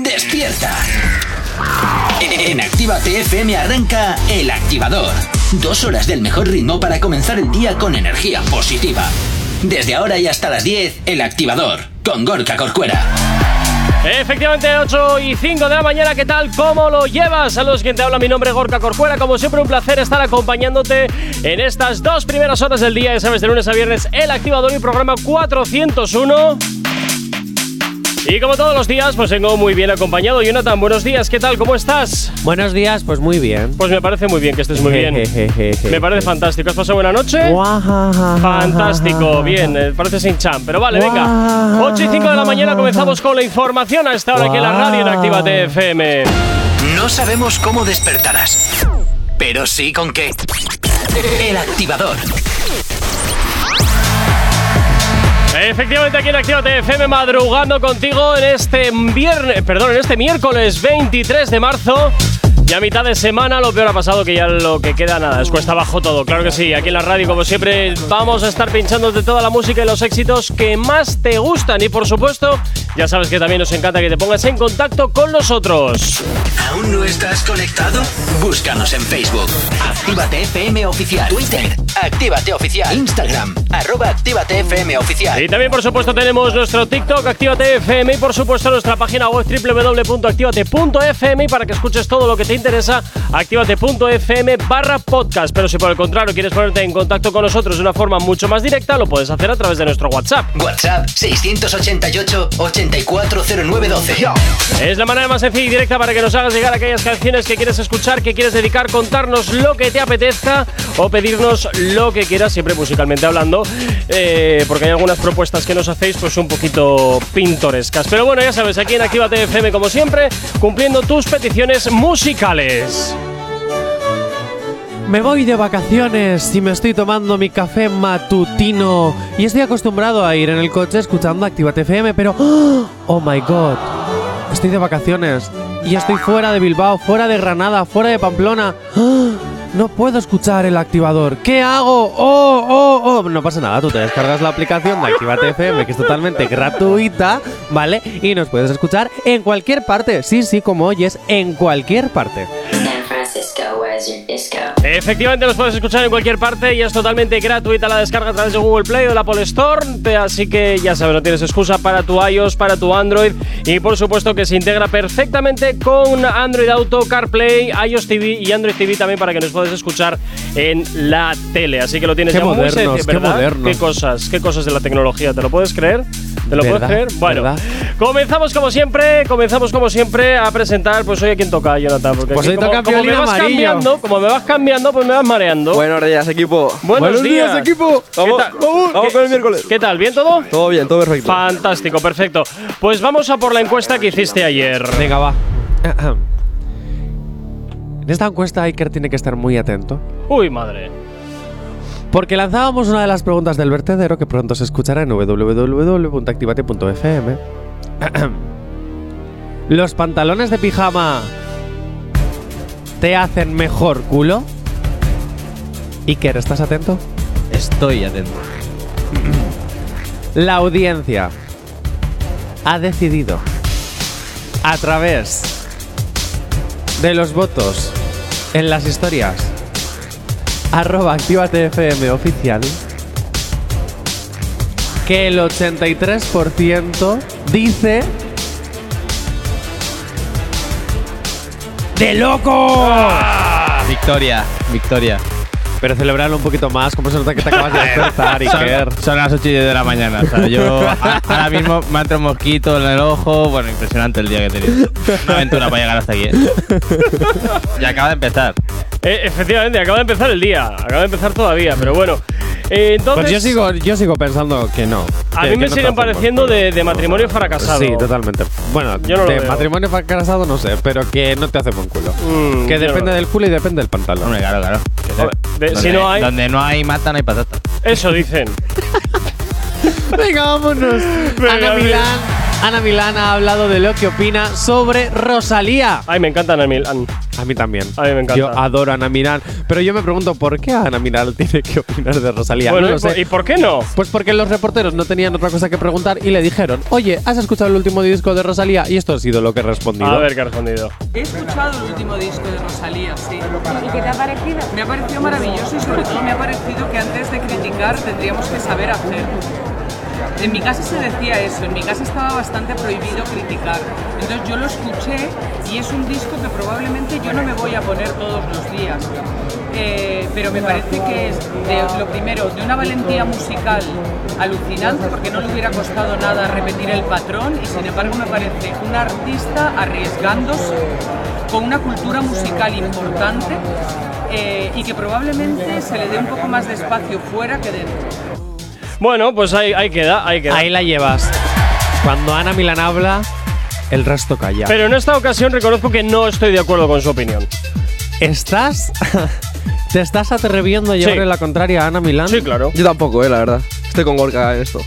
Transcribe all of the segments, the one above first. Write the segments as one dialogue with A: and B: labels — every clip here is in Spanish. A: Despierta. En Activa TFM arranca El Activador. Dos horas del mejor ritmo para comenzar el día con energía positiva. Desde ahora y hasta las 10, El Activador, con Gorka Corcuera.
B: Efectivamente, 8 y 5 de la mañana, ¿qué tal? ¿Cómo lo llevas? Saludos, quien te habla, mi nombre es Gorka Corcuera. Como siempre, un placer estar acompañándote en estas dos primeras horas del día, ya sabes, de lunes a viernes, El Activador y programa 401. Y como todos los días, pues vengo muy bien acompañado. Jonathan, buenos días, ¿qué tal? ¿Cómo estás?
C: Buenos días, pues muy bien.
B: Pues me parece muy bien que estés muy bien. me parece fantástico. ¿Has pasado buena noche? fantástico, bien, eh, parece sin champ. Pero vale, venga. 8 y 5 de la mañana comenzamos con la información a esta hora que la radio en Actívate FM.
A: No sabemos cómo despertarás, pero sí con qué. El Activador.
B: Efectivamente, aquí en Actívate FM madrugando contigo en este viernes, perdón, en este miércoles 23 de marzo. Ya mitad de semana, lo peor ha pasado que ya lo que queda nada, es cuesta abajo todo, claro que sí. Aquí en la radio, como siempre, vamos a estar pinchando de toda la música y los éxitos que más te gustan. Y por supuesto, ya sabes que también nos encanta que te pongas en contacto con nosotros.
A: ¿Aún no estás conectado? Búscanos en Facebook. Actívate FM Oficial. Twitter. Actívate Oficial. Instagram. Arroba Actívate FM Oficial.
B: Y también, por supuesto, tenemos nuestro TikTok, Actívate FM, y por supuesto, nuestra página web www.activate.fm. Y para que escuches todo lo que te interesa, activate.fm barra podcast. Pero si por el contrario quieres ponerte en contacto con nosotros de una forma mucho más directa, lo puedes hacer a través de nuestro WhatsApp.
A: WhatsApp 688-840912.
B: Es la manera más sencilla y directa para que nos hagas llegar aquellas canciones que quieres escuchar, que quieres dedicar, contarnos lo que te apetezca o pedirnos lo que quieras, siempre musicalmente hablando, eh, porque hay algunas propuestas que nos hacéis pues un poquito pintorescas. Pero bueno, ya sabes, aquí en Actívate FM como siempre, cumpliendo tus peticiones musicales.
C: Me voy de vacaciones y me estoy tomando mi café matutino. Y estoy acostumbrado a ir en el coche escuchando Actívate FM, pero. ¡Oh, oh my god! Estoy de vacaciones y estoy fuera de Bilbao, fuera de Granada, fuera de Pamplona. ¡Oh! No puedo escuchar el activador. ¿Qué hago? ¡Oh, oh, oh! No pasa nada, tú te descargas la aplicación de Actívate FM, que es totalmente gratuita, ¿vale? Y nos puedes escuchar en cualquier parte. Sí, sí, como oyes, en cualquier parte.
D: San Francisco, where's your disco?
B: Efectivamente, los puedes escuchar en cualquier parte y es totalmente gratuita la descarga a través de Google Play o de la Apple Store. te- Así que ya sabes, no tienes excusa para tu iOS, para tu Android y por supuesto que se integra perfectamente con Android Auto, CarPlay, iOS TV y Android TV también para que nos puedas escuchar en la tele. Así que lo tienes
C: Qué
B: ya muy
C: modernos,
B: sencillo,
C: qué
B: ¿verdad?
C: modernos.
B: Qué cosas, qué cosas de la tecnología, ¿te lo puedes creer? ¿Te lo
C: ¿Verdad?
B: puedes creer? Bueno,
C: ¿verdad?
B: comenzamos como siempre, comenzamos como siempre a presentar, pues hoy a quien toca, Jonathan, porque
C: Pues
B: aquí
C: hoy
B: como-
C: toca
B: como me
C: Violín
B: vas
C: Amarillo.
B: cambiando, como me vas cambiando, pues me vas mareando.
E: Buenos días, equipo.
B: Buenos días,
E: equipo. Vamos,
B: tal?
E: vamos, vamos con el miércoles.
B: ¿Qué tal? ¿Bien todo?
E: Todo bien, todo perfecto.
B: Fantástico, perfecto. Pues vamos a por la encuesta que hiciste ayer.
C: Venga, va. En esta encuesta Iker tiene que estar muy atento.
B: Uy, madre.
C: Porque lanzábamos una de las preguntas del vertedero que pronto se escuchará en www.activate.fm. ¿Los pantalones de pijama te hacen mejor culo? Iker, ¿estás atento?
F: Estoy atento.
C: La audiencia ha decidido a través de los votos en las historias arroba actívate FM oficial que el 83% dice ¡De loco!
F: Ah. Victoria, victoria.
C: Pero celebrarlo un poquito más, como se nota que te acabas de despertar, Iker.
F: Son, son las 8 y 10 de la mañana. O sea, yo a- ahora mismo me ha entrado un mosquito en el ojo. Bueno, impresionante el día que he tenido. Una aventura para llegar hasta aquí. ¿eh? Y acaba de empezar.
B: Eh, efectivamente, acaba de empezar el día. Acaba de empezar todavía, pero bueno. Eh, entonces,
C: Pues yo sigo, yo sigo pensando que no.
B: a
C: Que-
B: mí
C: que
B: me
C: no te
B: siguen
C: hacen mal
B: pareciendo
C: culo.
B: de, de matrimonio fracasado.
C: Sí, totalmente. Bueno,
B: Yo no lo
C: de
B: veo.
C: matrimonio fracasado no sé, pero que no te hace buen culo.
B: Mm,
C: que
B: yo no
C: depende
B: lo
C: del culo y depende del pantalón.
F: Hombre, claro, claro.
B: Hombre, de-
F: Donde-
B: si no hay-
F: Donde no hay mata, no hay patata.
B: Eso dicen.
C: Venga, vámonos. Ana
B: Venga,
C: Milán, Ana Milán ha hablado de lo que opina sobre Rosalía.
B: Ay, me encantan a mí. an-
C: A mí también.
B: A mí me encanta.
C: Yo adoro a Ana Miral. Pero yo me pregunto, ¿por qué Ana Miral tiene que opinar de Rosalía?
B: Bueno,
C: No lo
B: ¿y, por,
C: sé.
B: y por qué no?
C: Pues porque los reporteros no tenían otra cosa que preguntar y le dijeron, oye, ¿has escuchado el último disco de Rosalía? Y esto ha sido lo que he respondido.
B: A ver qué ha respondido.
G: He escuchado el último disco de Rosalía, sí.
H: ¿Y qué te ha parecido?
G: Me ha parecido maravilloso y sobre todo me ha parecido que antes de criticar tendríamos que saber hacer. En mi casa se decía eso, en mi casa estaba bastante prohibido criticar. Entonces yo lo escuché y es un disco que probablemente yo no me voy a poner todos los días. Eh, pero me parece que es de- lo primero, de una valentía musical alucinante, porque no le hubiera costado nada repetir el patrón y sin embargo me parece un artista arriesgándose con una cultura musical importante eh, y que probablemente se le dé un poco más de espacio fuera que dentro.
B: Bueno, pues ahí, ahí queda, ahí queda.
C: Ahí la llevas. Cuando Ana Milán habla, el resto calla.
B: Pero en esta ocasión reconozco que no estoy de acuerdo con su opinión.
C: ¿Estás? ¿Te estás atreviendo a llevarle la contraria a Ana Milán?
B: Sí, claro.
E: Yo tampoco, eh, la verdad. Estoy con Gorka en esto.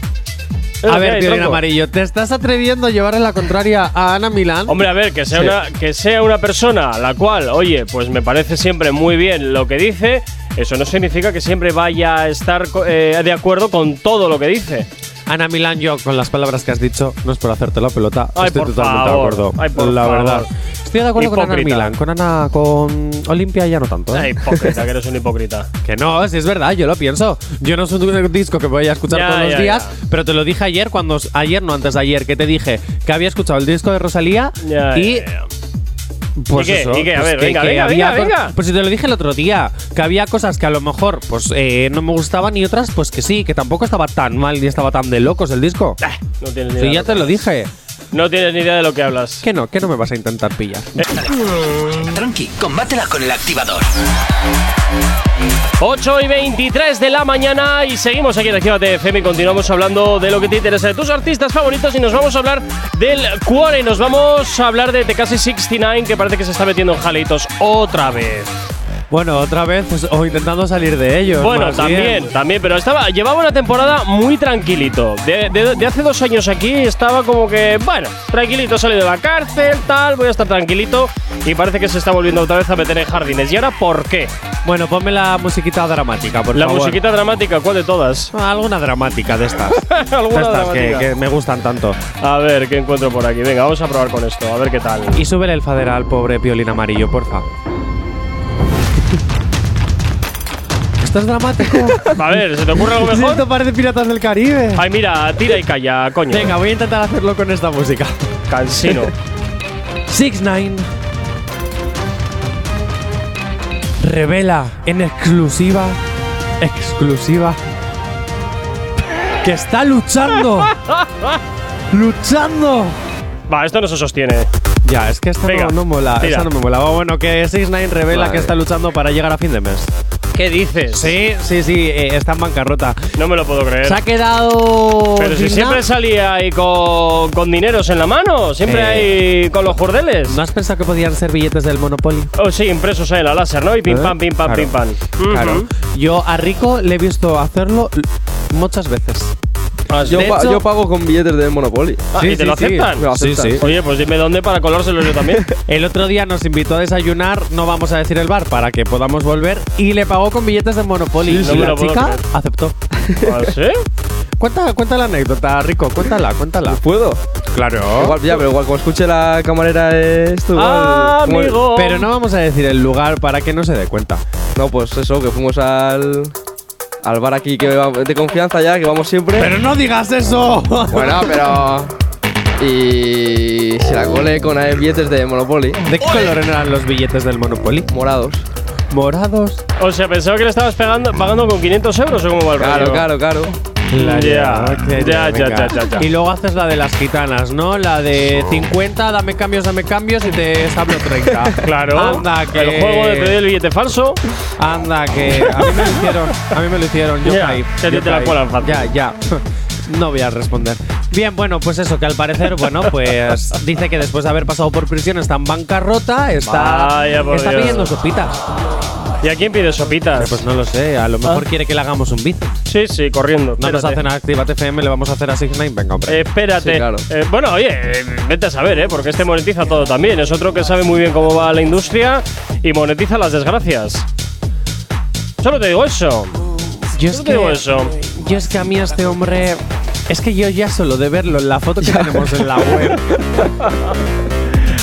C: A
B: Eh,
C: ver, tío, en
B: tronco.
C: amarillo, ¿te estás atreviendo a llevarle la contraria a Ana Milán?
B: Hombre, a ver, que sea,
C: Sí.
B: una, que sea una persona a la cual, oye, pues me parece siempre muy bien lo que dice, eso no significa que siempre vaya a estar co- eh, de acuerdo con todo lo que dice.
C: Ana Milán, yo con las palabras que has dicho, no es por hacerte la pelota,
B: Ay,
C: estoy
B: por
C: totalmente
B: favor.
C: de acuerdo.
B: Ay, por
C: la
B: favor.
C: verdad. Estoy de acuerdo con Ana
B: Hipócrita.
C: Milán, con Ana, con Olimpia ya no tanto. ¿eh?
B: Ay, hipócrita, que eres un hipócrita.
C: Que no, si es verdad, yo lo pienso. Yo no es un disco que voy a escuchar
B: Ya,
C: todos
B: ya,
C: los
B: ya.
C: días, pero te lo dije ayer, cuando ayer no antes de ayer, que te dije que había escuchado el disco de Rosalía
B: Ya,
C: y
B: ya, ya.
C: pues
B: ¿Y qué?
C: eso,
B: ¿Y qué? A
C: pues
B: ver, venga, venga,
C: había
B: venga,
C: cos-
B: venga.
C: Pues si te lo dije el otro día, que había cosas que a lo mejor pues eh, no me gustaban y otras pues que sí, que tampoco estaba tan mal ni estaba tan de locos el disco.
B: Ah, No tienes ni
C: Sí,
B: idea.
C: ya te lo dije.
B: No tienes ni idea de lo que hablas.
C: Que no, que no me vas a intentar pillar.
B: Eh.
A: Tranqui, combátela con el activador.
B: 8 y 23 de la mañana y seguimos aquí en Actívate FM y continuamos hablando de lo que te interesa, de tus artistas favoritos y nos vamos a hablar del cuore y nos vamos a hablar de Tekashi 69 que parece que se está metiendo en jaleitos otra vez.
C: Bueno, otra vez pues, o intentando salir de ellos.
B: Bueno,
C: más
B: también,
C: bien.
B: también, pero estaba llevaba una temporada muy tranquilito. De, de- de hace dos años aquí estaba como que, bueno, tranquilito, salí de la cárcel, tal, voy a estar tranquilito y parece que se está volviendo otra vez a meter en jardines. ¿Y ahora por qué?
C: Bueno, ponme la musiquita dramática, por
B: la
C: favor. Ah,
B: musiquita dramática, ¿cuál de todas?
C: Alguna dramática de estas. de
B: Alguna
C: estas que,
B: dramática.
C: que me gustan tanto.
B: A ver, ¿qué encuentro por aquí? Venga, vamos a probar con esto, a ver qué tal.
C: Y súbele el fader al pobre piolín amarillo, porfa. ¿Esto es dramático?
B: A ver, ¿se te ocurre algo mejor?
C: Esto parece Piratas del Caribe.
B: Ay, mira, tira y calla, coño.
C: Venga, voy a intentar hacerlo con esta música.
B: cansino.
C: Six Nine revela en exclusiva, exclusiva, que está luchando, luchando.
B: Va, esto no se sostiene.
C: Ya, es que esta
B: Venga,
C: no, no mola,
B: tira.
C: esta no me mola. Bueno, que 6 9 revela
E: Vale.
C: que está luchando para llegar a fin de mes.
B: ¿Qué dices?
C: Sí, sí, sí, eh, está en bancarrota.
B: No me lo puedo creer.
C: Se ha quedado.
B: Pero si
C: sin
B: siempre
C: nada.
B: salía ahí con, con dineros en la mano, siempre
C: Eh.
B: ahí con los jordeles.
C: ¿No has pensado que podían ser billetes del Monopoly?
B: Oh, sí, impresos ahí en la láser, ¿no? Y pim
C: ¿Eh?
B: pam, pim pam,
C: Claro.
B: pim pam.
C: Claro.
B: Ujú.
C: Yo a Rico le he visto hacerlo l- muchas veces. Ah,
B: Has
E: Yo,
B: de-
E: pa-
C: hecho-
E: yo pago con billetes de Monopoly.
B: Ah, ¿y te lo aceptan?
E: Me lo aceptan.
C: Sí, sí.
B: Oye, pues dime dónde para colárselo yo también.
C: El otro día nos invitó a desayunar, no vamos a decir el bar, para que podamos volver, y le pagó con billetes de Monopoly.
B: Sí, sí. No
C: y
B: me
C: la
B: lo puedo
C: chica
B: creer.
C: aceptó.
B: ¿Ah, sí?
C: Cuenta, cuenta la anécdota, Rico, cuéntala, cuéntala.
E: ¿Puedo?
C: Claro.
E: Igual, ya, pero igual, como escuche la camarera eh, esto, igual.
C: Ah,
E: como-
B: Amigo.
C: Pero no vamos a decir el lugar para que no se dé cuenta.
E: No, pues eso, que fuimos al. Al bar aquí que va- de confianza ya, que vamos
B: Eh.
E: siempre.
C: ¡Pero no digas eso!
E: Bueno, pero. Y. Se la colé con eh, billetes de Monopoly.
C: ¿De qué color eran los billetes del Monopoly?
E: Morados.
C: Morados.
B: O sea, pensaba que le estabas pegando, pagando con 500 euros o cómo va el
E: Claro,
B: rollo?
E: claro, claro.
B: Ya,
C: que
B: ya, ya, ya,
C: venga.
B: ya, ya.
C: Y luego haces la de las gitanas, ¿no? La de 50, dame cambios, dame cambios y te sablo 30.
B: Claro.
C: Anda, que.
B: El juego de pedir el billete falso.
C: Anda, que. A mí me lo hicieron. A mí me lo hicieron. Yo
B: Ya,
C: caí.
B: que a ti
C: yo
B: te la
C: caí.
B: cuelan fácil.
C: Ya, ya. No voy a responder. Bien, bueno, pues eso, que al parecer, bueno, pues dice que después de haber pasado por prisión está en bancarrota, está,
B: Vaya, por
C: está
B: Dios.
C: pidiendo sopitas.
B: ¿Y a quién pide sopitas?
C: Pues no lo sé, a lo mejor quiere que le hagamos un bici.
B: sí, sí, corriendo.
C: No nos
B: Ah. espérate.
C: hacen a Activate FM, le vamos a hacer a Signite. Venga, hombre.
B: Eh, Espérate.
E: Sí, claro.
B: Eh, bueno, oye, eh, vete a saber, ¿eh? Porque este monetiza todo también. Es otro que sabe muy bien cómo va la industria y monetiza las desgracias. Solo te digo eso.
C: yo,
B: Solo te digo eso.
C: yo es que a mí este hombre. Es que yo ya solo de verlo en la foto que tenemos en la web,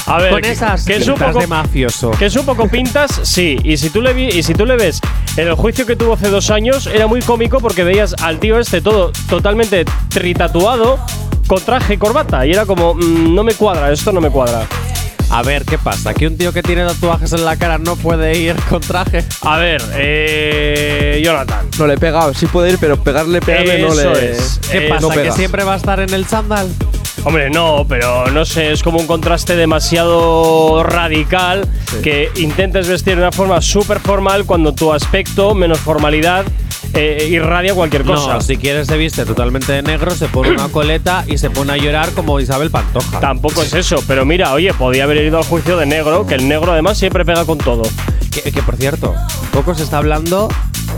B: A ver,
C: con
B: que-
C: esas
B: que es un
C: pintas
B: poco
C: de mafioso.
B: Que es un poco pintas, sí. Y si tú le vi- y si tú le ves en el juicio que tuvo hace dos años, era muy cómico porque veías al tío este todo totalmente tritatuado con traje y corbata. Y era como, mm, no me cuadra, esto no me cuadra.
C: A ver, ¿qué pasa? ¿Que un tío que tiene tatuajes en la cara no puede ir con traje?
B: A ver, eh, Jonathan.
E: No le he pegado, sí puede ir, pero pegarle, pegarle no
B: Eso
E: le.
B: es.
C: ¿Qué
B: Eh,
C: pasa?
E: no
C: ¿Que
E: pegas.
C: siempre va a estar en el chándal?
B: Hombre, no, pero no sé, es como un contraste demasiado radical que intentes vestir de una forma súper formal cuando tu aspecto, menos formalidad, eh, irradia cualquier cosa.
C: No, si quieres se viste totalmente de negro, se pone una coleta y se pone a llorar como Isabel Pantoja.
B: Tampoco es eso, pero mira, oye, podía haber ido al juicio de negro, que el negro además siempre pega con todo.
C: Que, que, por cierto, poco se está hablando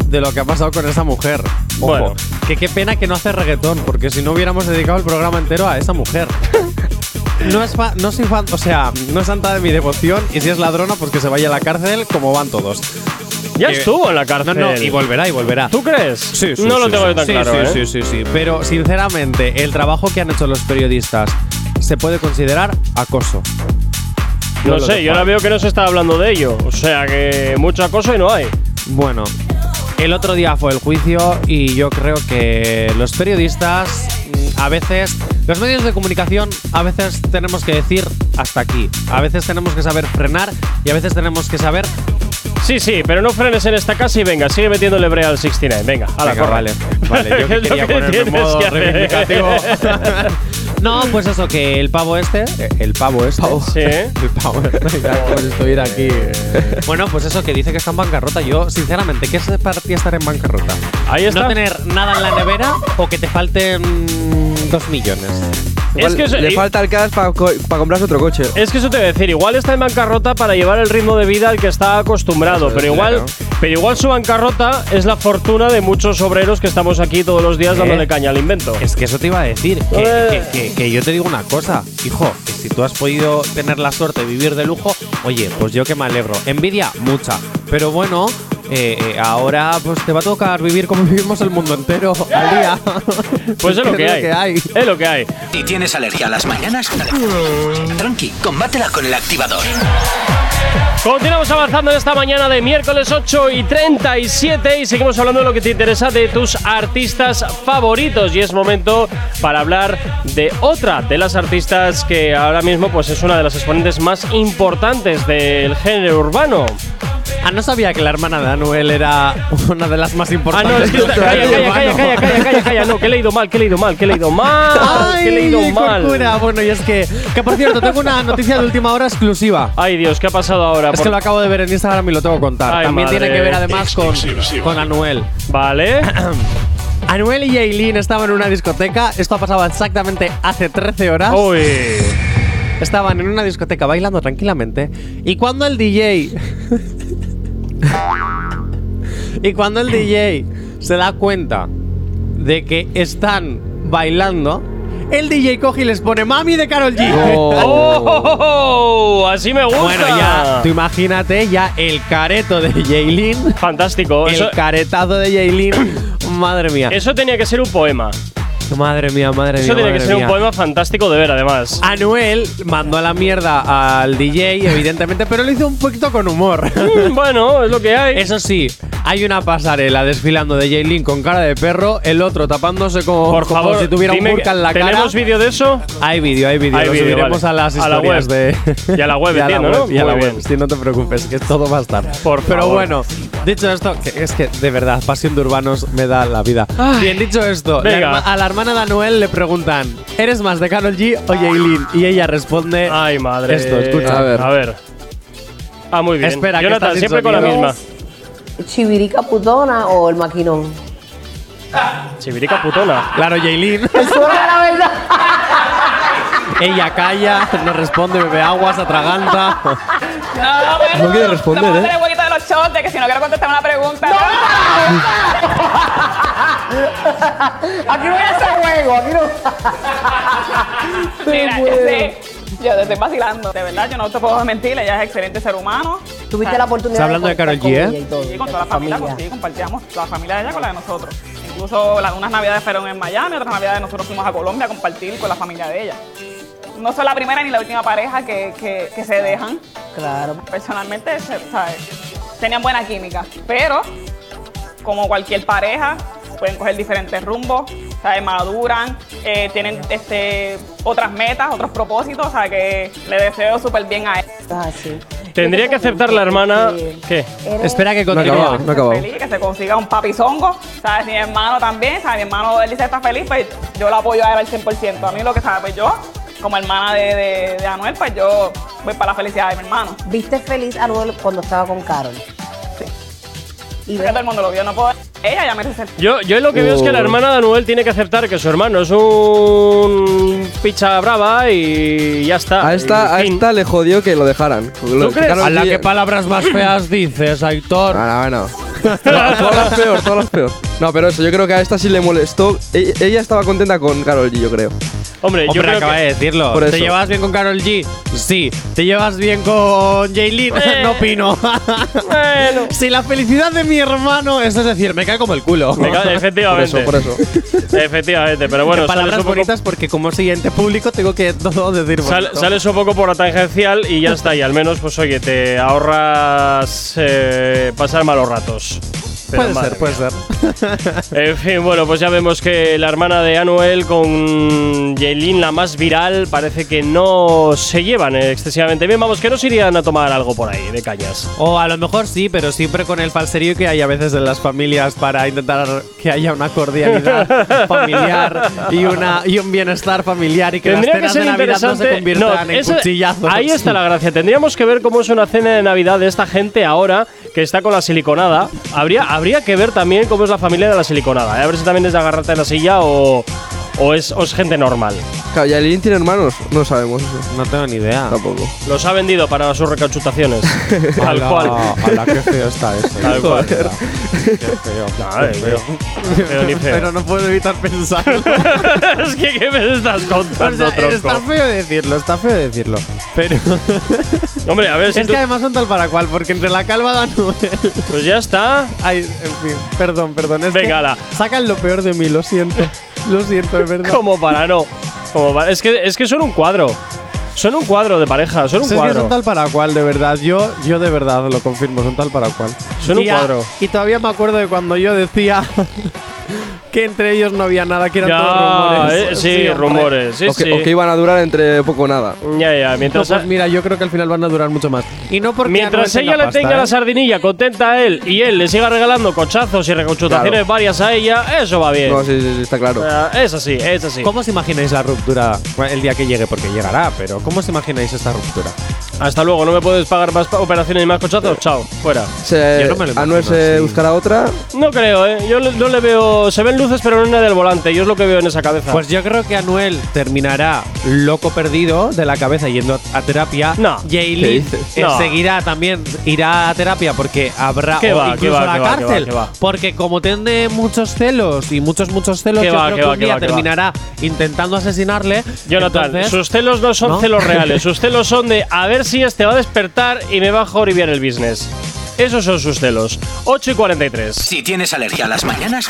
C: de lo que ha pasado con esa mujer. Ojo.
B: Bueno.
C: Que qué pena que no hace reggaetón, porque si no hubiéramos dedicado el programa entero a esa mujer. No, es fa- no soy fan, o sea, no es santa de mi devoción y si es ladrona, pues que se vaya a la cárcel como van todos.
B: Ya
C: Que-
B: estuvo en la cárcel.
C: No, no, y volverá, y volverá.
B: ¿Tú crees?
C: Sí, sí,
B: no lo
C: sí,
B: tengo
C: sí.
B: yo tan
C: Sí,
B: claro.
C: sí,
B: ¿eh?
C: sí, sí, sí. Pero sinceramente, el trabajo que han hecho los periodistas se puede considerar acoso. Yo
B: No
C: lo
B: sé,
C: dejo
B: yo ahora
C: ahí.
B: veo que no se está hablando de ello. O sea que mucha cosa y no hay.
C: Bueno, el otro día fue el juicio y yo creo que los periodistas mm, a veces, los medios de comunicación a veces tenemos que decir hasta aquí, a veces tenemos que saber frenar y a veces tenemos que saber...
B: Sí, sí, pero no frenes en esta casa y venga, sigue metiéndole brea al 69. Venga, a la
C: Venga, vale, vale, yo que
B: Es lo
C: quería ponerme en
B: tienes
C: modo
B: que hacer.
C: reivindicativo. No, pues eso, que el pavo este... El pavo este.
B: Sí.
C: El pavo este.
E: Ya, como si estuviera aquí.
C: eh. Bueno, pues eso, que dice que está en bancarrota. Yo, sinceramente, ¿qué es para ti estar en bancarrota?
B: Ahí está.
C: ¿No tener nada en la nevera o que te falten mm, dos millones?
B: Es Eh, que
E: Igual
B: eso-
E: le
B: y-
E: falta el cash para comprarse otro coche.
B: Es que eso te voy a decir, igual está en bancarrota para llevar el ritmo de vida al que está acostumbrado, pero igual, pero igual su bancarrota es la fortuna de muchos obreros que estamos aquí todos los días dándole caña al invento.
C: ¿Eh? Es que eso te iba a decir. Que,
B: Eh.
C: que- que- que yo te digo una cosa, hijo, que si tú has podido tener la suerte de vivir de lujo, oye, pues yo que me alegro. Envidia, mucha. Pero bueno, eh, eh, ahora pues te va a tocar vivir como vivimos el mundo entero al día.
B: Pues es lo que hay. Es lo que hay.
A: Si tienes alergia a las mañanas, tranqui, combátela con el activador.
B: Continuamos avanzando en esta mañana de miércoles 8 y 37 y seguimos hablando de lo que te interesa de tus artistas favoritos y es momento para hablar de otra de las artistas que ahora mismo pues es una de las exponentes más importantes del género urbano.
C: Ah, no sabía que la hermana de Anuel era una de las más
B: Ah,
C: importantes.
B: no, es que
C: del
B: está- calla,
C: género
B: calla, calla,
C: urbano.
B: calla, calla, calla, calla, no, que he leído mal, que he leído mal, que he leído mal, que he leído
C: Ay,
B: mal.
C: Corcura. Bueno, y es que, que por cierto, tengo una noticia de última hora exclusiva.
B: Ay, Dios, ¿qué ha pasado ahora?
C: Es
B: Por-
C: que lo acabo de ver en Instagram y lo tengo que contar.
B: Ay,
C: También tiene
B: madre.
C: que ver además con, con Anuel.
B: Vale.
C: Anuel y Yailin estaban en una discoteca. Esto ha pasado exactamente hace 13 horas.
B: Oh. Uy.
C: Estaban en una discoteca bailando tranquilamente. Y cuando el DJ. y cuando el DJ se da cuenta de que están bailando, el DJ coge y les pone Mami de Carol G.
B: ¡Oh! Así me gusta.
C: Bueno, ya, tú imagínate ya el careto de Jaylin.
B: Fantástico. Eso,
C: El caretazo de Jaylin. madre mía.
B: eso tenía que ser un poema.
C: madre mía, madre mía.
B: Eso tenía que
C: madre
B: ser un
C: mía. Ah.
B: poema fantástico de ver, además.
C: Anuel mandó a la mierda al DJ, evidentemente, pero lo hizo un poquito con humor.
B: Mm, bueno, es lo que hay.
C: Eso sí, hay una pasarela desfilando de Jaylin con cara de perro, el otro tapándose como,
B: Por
C: como
B: favor,
C: si tuviera un
B: dime
C: burka en la cara.
B: ¿Tenemos vídeo de eso?
C: Hay vídeo, hay vídeo.
B: Hay
C: Lo
B: vídeo,
C: subiremos
B: vale.
C: a las
B: A la
C: historias
B: web.
C: de.
B: Y a la web,
C: y a la
B: entiendo, ¿no?
C: web, y a
B: Muy
C: la web.
B: bien.
C: Sí, no te preocupes, que todo va a estar.
B: Por
C: Pero
B: favor.
C: bueno, dicho esto, que es que de verdad, pasión de urbanos me da la vida. Bien, dicho esto, la
B: Venga.
C: herma- a la hermana de Anuel le preguntan: ¿eres más de Carol G o Jaylin? Y ella responde:
B: Ay, madre.
C: Esto, escucha.
E: A ver.
B: A ver. Ah, muy bien.
C: Espera, que
B: Jonathan,
C: está sin
B: siempre con la
C: sonido.
B: misma.
H: ¿Chivirica putona o el maquinón?
B: Chivirica putona.
C: Claro, Jaylin. Ella calla, no responde, bebe agua, se atraganta.
H: No, bueno,
E: No quiere responder,
H: vamos a
E: ¿eh?
H: hacer el huequito de los shots, de que si no quiero contestar una pregunta.
I: Aquí no voy a hacer juego, aquí no.
H: Mira, yo sé, yo te estoy vacilando, de verdad, yo no te puedo mentir, ella es excelente ser humano.
I: Tuviste la oportunidad.
C: Está hablando de Karol
I: conectar
C: G,
I: con
C: ¿eh?
I: ella y todo,
H: Sí, con toda la familia, pues sí, compartíamos la familia de ella con la de nosotros. Incluso la- unas navidades fueron en Miami, otras navidades nosotros fuimos a Colombia a compartir con la familia de ella. No soy la primera ni la última pareja que, que- que se dejan.
I: pues, Claro.
H: Personalmente, se- ¿sabes? Tenían buena química, pero como cualquier pareja, pueden coger diferentes rumbos, ¿sabes? maduran, eh, tienen este, otras metas, otros propósitos, o sea que le deseo súper bien a él.
I: Estás así.
B: Tendría que aceptar la hermana. ¿Qué?
I: Eres-
C: Espera que
E: No ha
C: continúe.
E: acabado, Ah, no ha acabado.
H: feliz, que se consiga un papizongo, ¿sabes? Mi hermano también, ¿sabes? Mi hermano, él dice está feliz, pues yo lo apoyo a él al 100%. A mí lo que sabe, pues yo, como hermana de, de, de Anuel, pues yo voy para la felicidad de mi hermano.
I: Viste feliz a Noel cuando estaba con Carol. Y
H: Creo que todo el mundo lo vio, no puedo... Ella ya merece ser...
B: Yo, yo lo que veo es que la hermana de Anuel tiene que aceptar que su hermano es un picha brava y ya está.
E: A esta, a
B: En fin.
E: esta le jodió que lo dejaran. Lo-
B: crees?
E: Karol
C: A la
E: G-
C: que palabras más feas dices, Aitor.
E: No, Ah, no, no. No, todas las peor, todas las peor. No, pero eso, yo creo que a esta sí le molestó. E- Ella estaba contenta con Karol G, yo creo.
B: Hombre, yo
C: Hombre,
B: creo
C: acaba de
B: que.
C: decirlo.
E: Por
C: ¿Te
E: eso.
C: llevas bien con Carol G? Sí. ¿Te llevas bien con Jaylin?
B: Eh.
C: No opino.
B: Bueno.
C: si la felicidad de mi hermano es, es decir, me cae como el culo.
B: Me cago-
E: Por
B: efectivamente.
E: eso, por eso.
B: Efectivamente, pero bueno,
C: Qué palabras
B: sales un, poco,
C: bonitas porque como siguiente público tengo que todo decir
B: sal-
C: bonito.
B: sales un poco por la tangencial y ya está. Y al menos, pues oye, te ahorras eh, pasar malos ratos. Pero
C: Puede
B: madre
C: ser, puede ser.
B: En fin, bueno, pues ya vemos que la hermana de Anuel con Jaylin, la más viral, parece que no se llevan excesivamente bien. Vamos, que no se irían a tomar algo por ahí, de cañas.
C: O a lo mejor sí, pero siempre con el falserío que hay a veces en las familias para intentar que haya una cordialidad familiar y, una, y un bienestar familiar y que las
B: Tendría que
C: cenas
B: ser
C: de Navidad no
B: interesante.
C: se conviertan en
B: esa-
C: cuchillazos.
B: ahí está la gracia. Tendríamos que ver cómo es una cena de Navidad de esta gente ahora que está con la siliconada. Habría, habría que ver también cómo es la familia de la siliconada. ¿eh? A ver si también es de agarrarte en la silla o, o es, o es gente normal.
E: Claro, ¿Y Aileen tiene hermanos? No sabemos eso.
C: No tengo ni
B: Ah.
C: idea.
E: Tampoco.
B: Los ha vendido para sus recauchutaciones. Tal cual.
C: qué feo está eso.
B: Tal cual. eh, Ay, Pero ni feo.
C: Pero no puedo evitar pensarlo.
B: es que ¿qué me estás contando,
C: O sea, está
B: tronco?
C: feo decirlo, está feo decirlo. Pero
B: Hombre, a ver si
C: es
B: tú-
C: que además son tal para cual, porque entre la calva de Anuel
B: Pues ya está.
C: Ay, en fin, perdón, perdón. Es
B: Venga,
C: que
B: ala.
C: Sacan lo peor de mí, lo siento. Lo siento, de verdad.
B: Como para no. Como para- es, que, es que son un cuadro. Son un cuadro de pareja, son un
C: Es que
B: cuadro.
C: son tal para cual, de verdad. Yo, yo de verdad lo confirmo, son tal para cual.
B: Son un
C: Y a-
B: cuadro.
C: Y todavía me acuerdo de cuando yo decía que entre ellos no había nada, que eran todos
B: Ya,
C: rumores.
B: eh, sí,
C: hombre.
B: rumores, sí,
E: o, que,
B: sí.
E: o que iban a durar entre poco o nada.
B: Ya, ya,
C: No,
B: mientras,
C: pues mira, yo creo que al final van a durar mucho más. Y no porque
B: mientras
C: Anuel
B: ella le
C: pasta,
B: tenga
C: ¿eh?
B: la sardinilla contenta a él y él le siga regalando cochazos y reconchutaciones
E: Claro.
B: varias a ella, eso va bien.
E: No, sí, sí, sí, está
B: O
E: claro.
B: sea, es así, es así.
C: ¿Cómo os imagináis la ruptura Bueno, el día que llegue? Porque llegará, pero ¿cómo os imagináis esta ruptura?
B: Hasta luego, no me puedes pagar más pa- operaciones y más cochazos, chao, fuera.
E: Se,
C: yo no me lo imagino
E: Anuel se
C: así.
E: buscará otra.
B: No creo, ¿eh? Yo le- no le veo... Se ven luces, pero no en la del volante. Yo es lo que veo en esa cabeza.
C: Pues yo creo que Anuel terminará loco perdido de la cabeza yendo a terapia.
B: No.
E: ¿Qué
C: Jaylee
E: dices?
C: eh,
B: No.
C: seguirá también, irá a terapia porque habrá
B: ¿Qué
C: o
B: va, qué
C: incluso
B: va,
C: a la
B: qué va, qué va,
C: cárcel.
B: qué va?
C: Porque como tiene muchos celos y muchos, muchos celos,
B: ¿Qué
C: yo
B: va,
C: creo
B: qué
C: que
B: va,
C: un
B: qué
C: día
B: va, qué va?
C: terminará intentando asesinarle.
B: Jonathan,
C: Entonces-
B: sus celos no son
C: ¿No?
B: celos reales. Sus celos son de a ver si este va a despertar y me va a joribiar el business. Esos son sus celos. 8 y 43.
A: Si tienes alergia a las mañanas,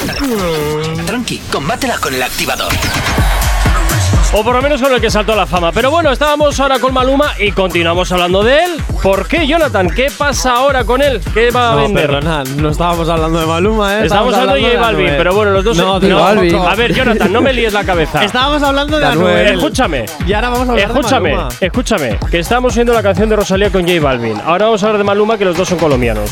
A: tranqui, combátela con el activador.
B: O por lo menos con el que saltó a la fama. Pero bueno, estábamos ahora con Maluma y continuamos hablando de él. ¿Por qué, Jonathan? ¿Qué pasa ahora con él? ¿Qué va a
C: no,
B: vender?
C: perdona, no estábamos hablando de Maluma, ¿eh?
B: Estábamos hablando de J Balvin,
C: Anuel.
B: pero bueno, los dos.
C: No, de
E: no.
C: Balvin. Ah.
E: Balvin.
B: A ver, Jonathan, no me líes la cabeza.
C: Estábamos hablando de
E: De Anuel.
C: Anuel.
B: Escúchame.
C: Y ahora vamos a hablar de
B: Escúchame,
C: Maluma.
B: escúchame, que estábamos viendo la canción de Rosalía con J Balvin. Ahora vamos a hablar de Maluma, que los dos son colombianos.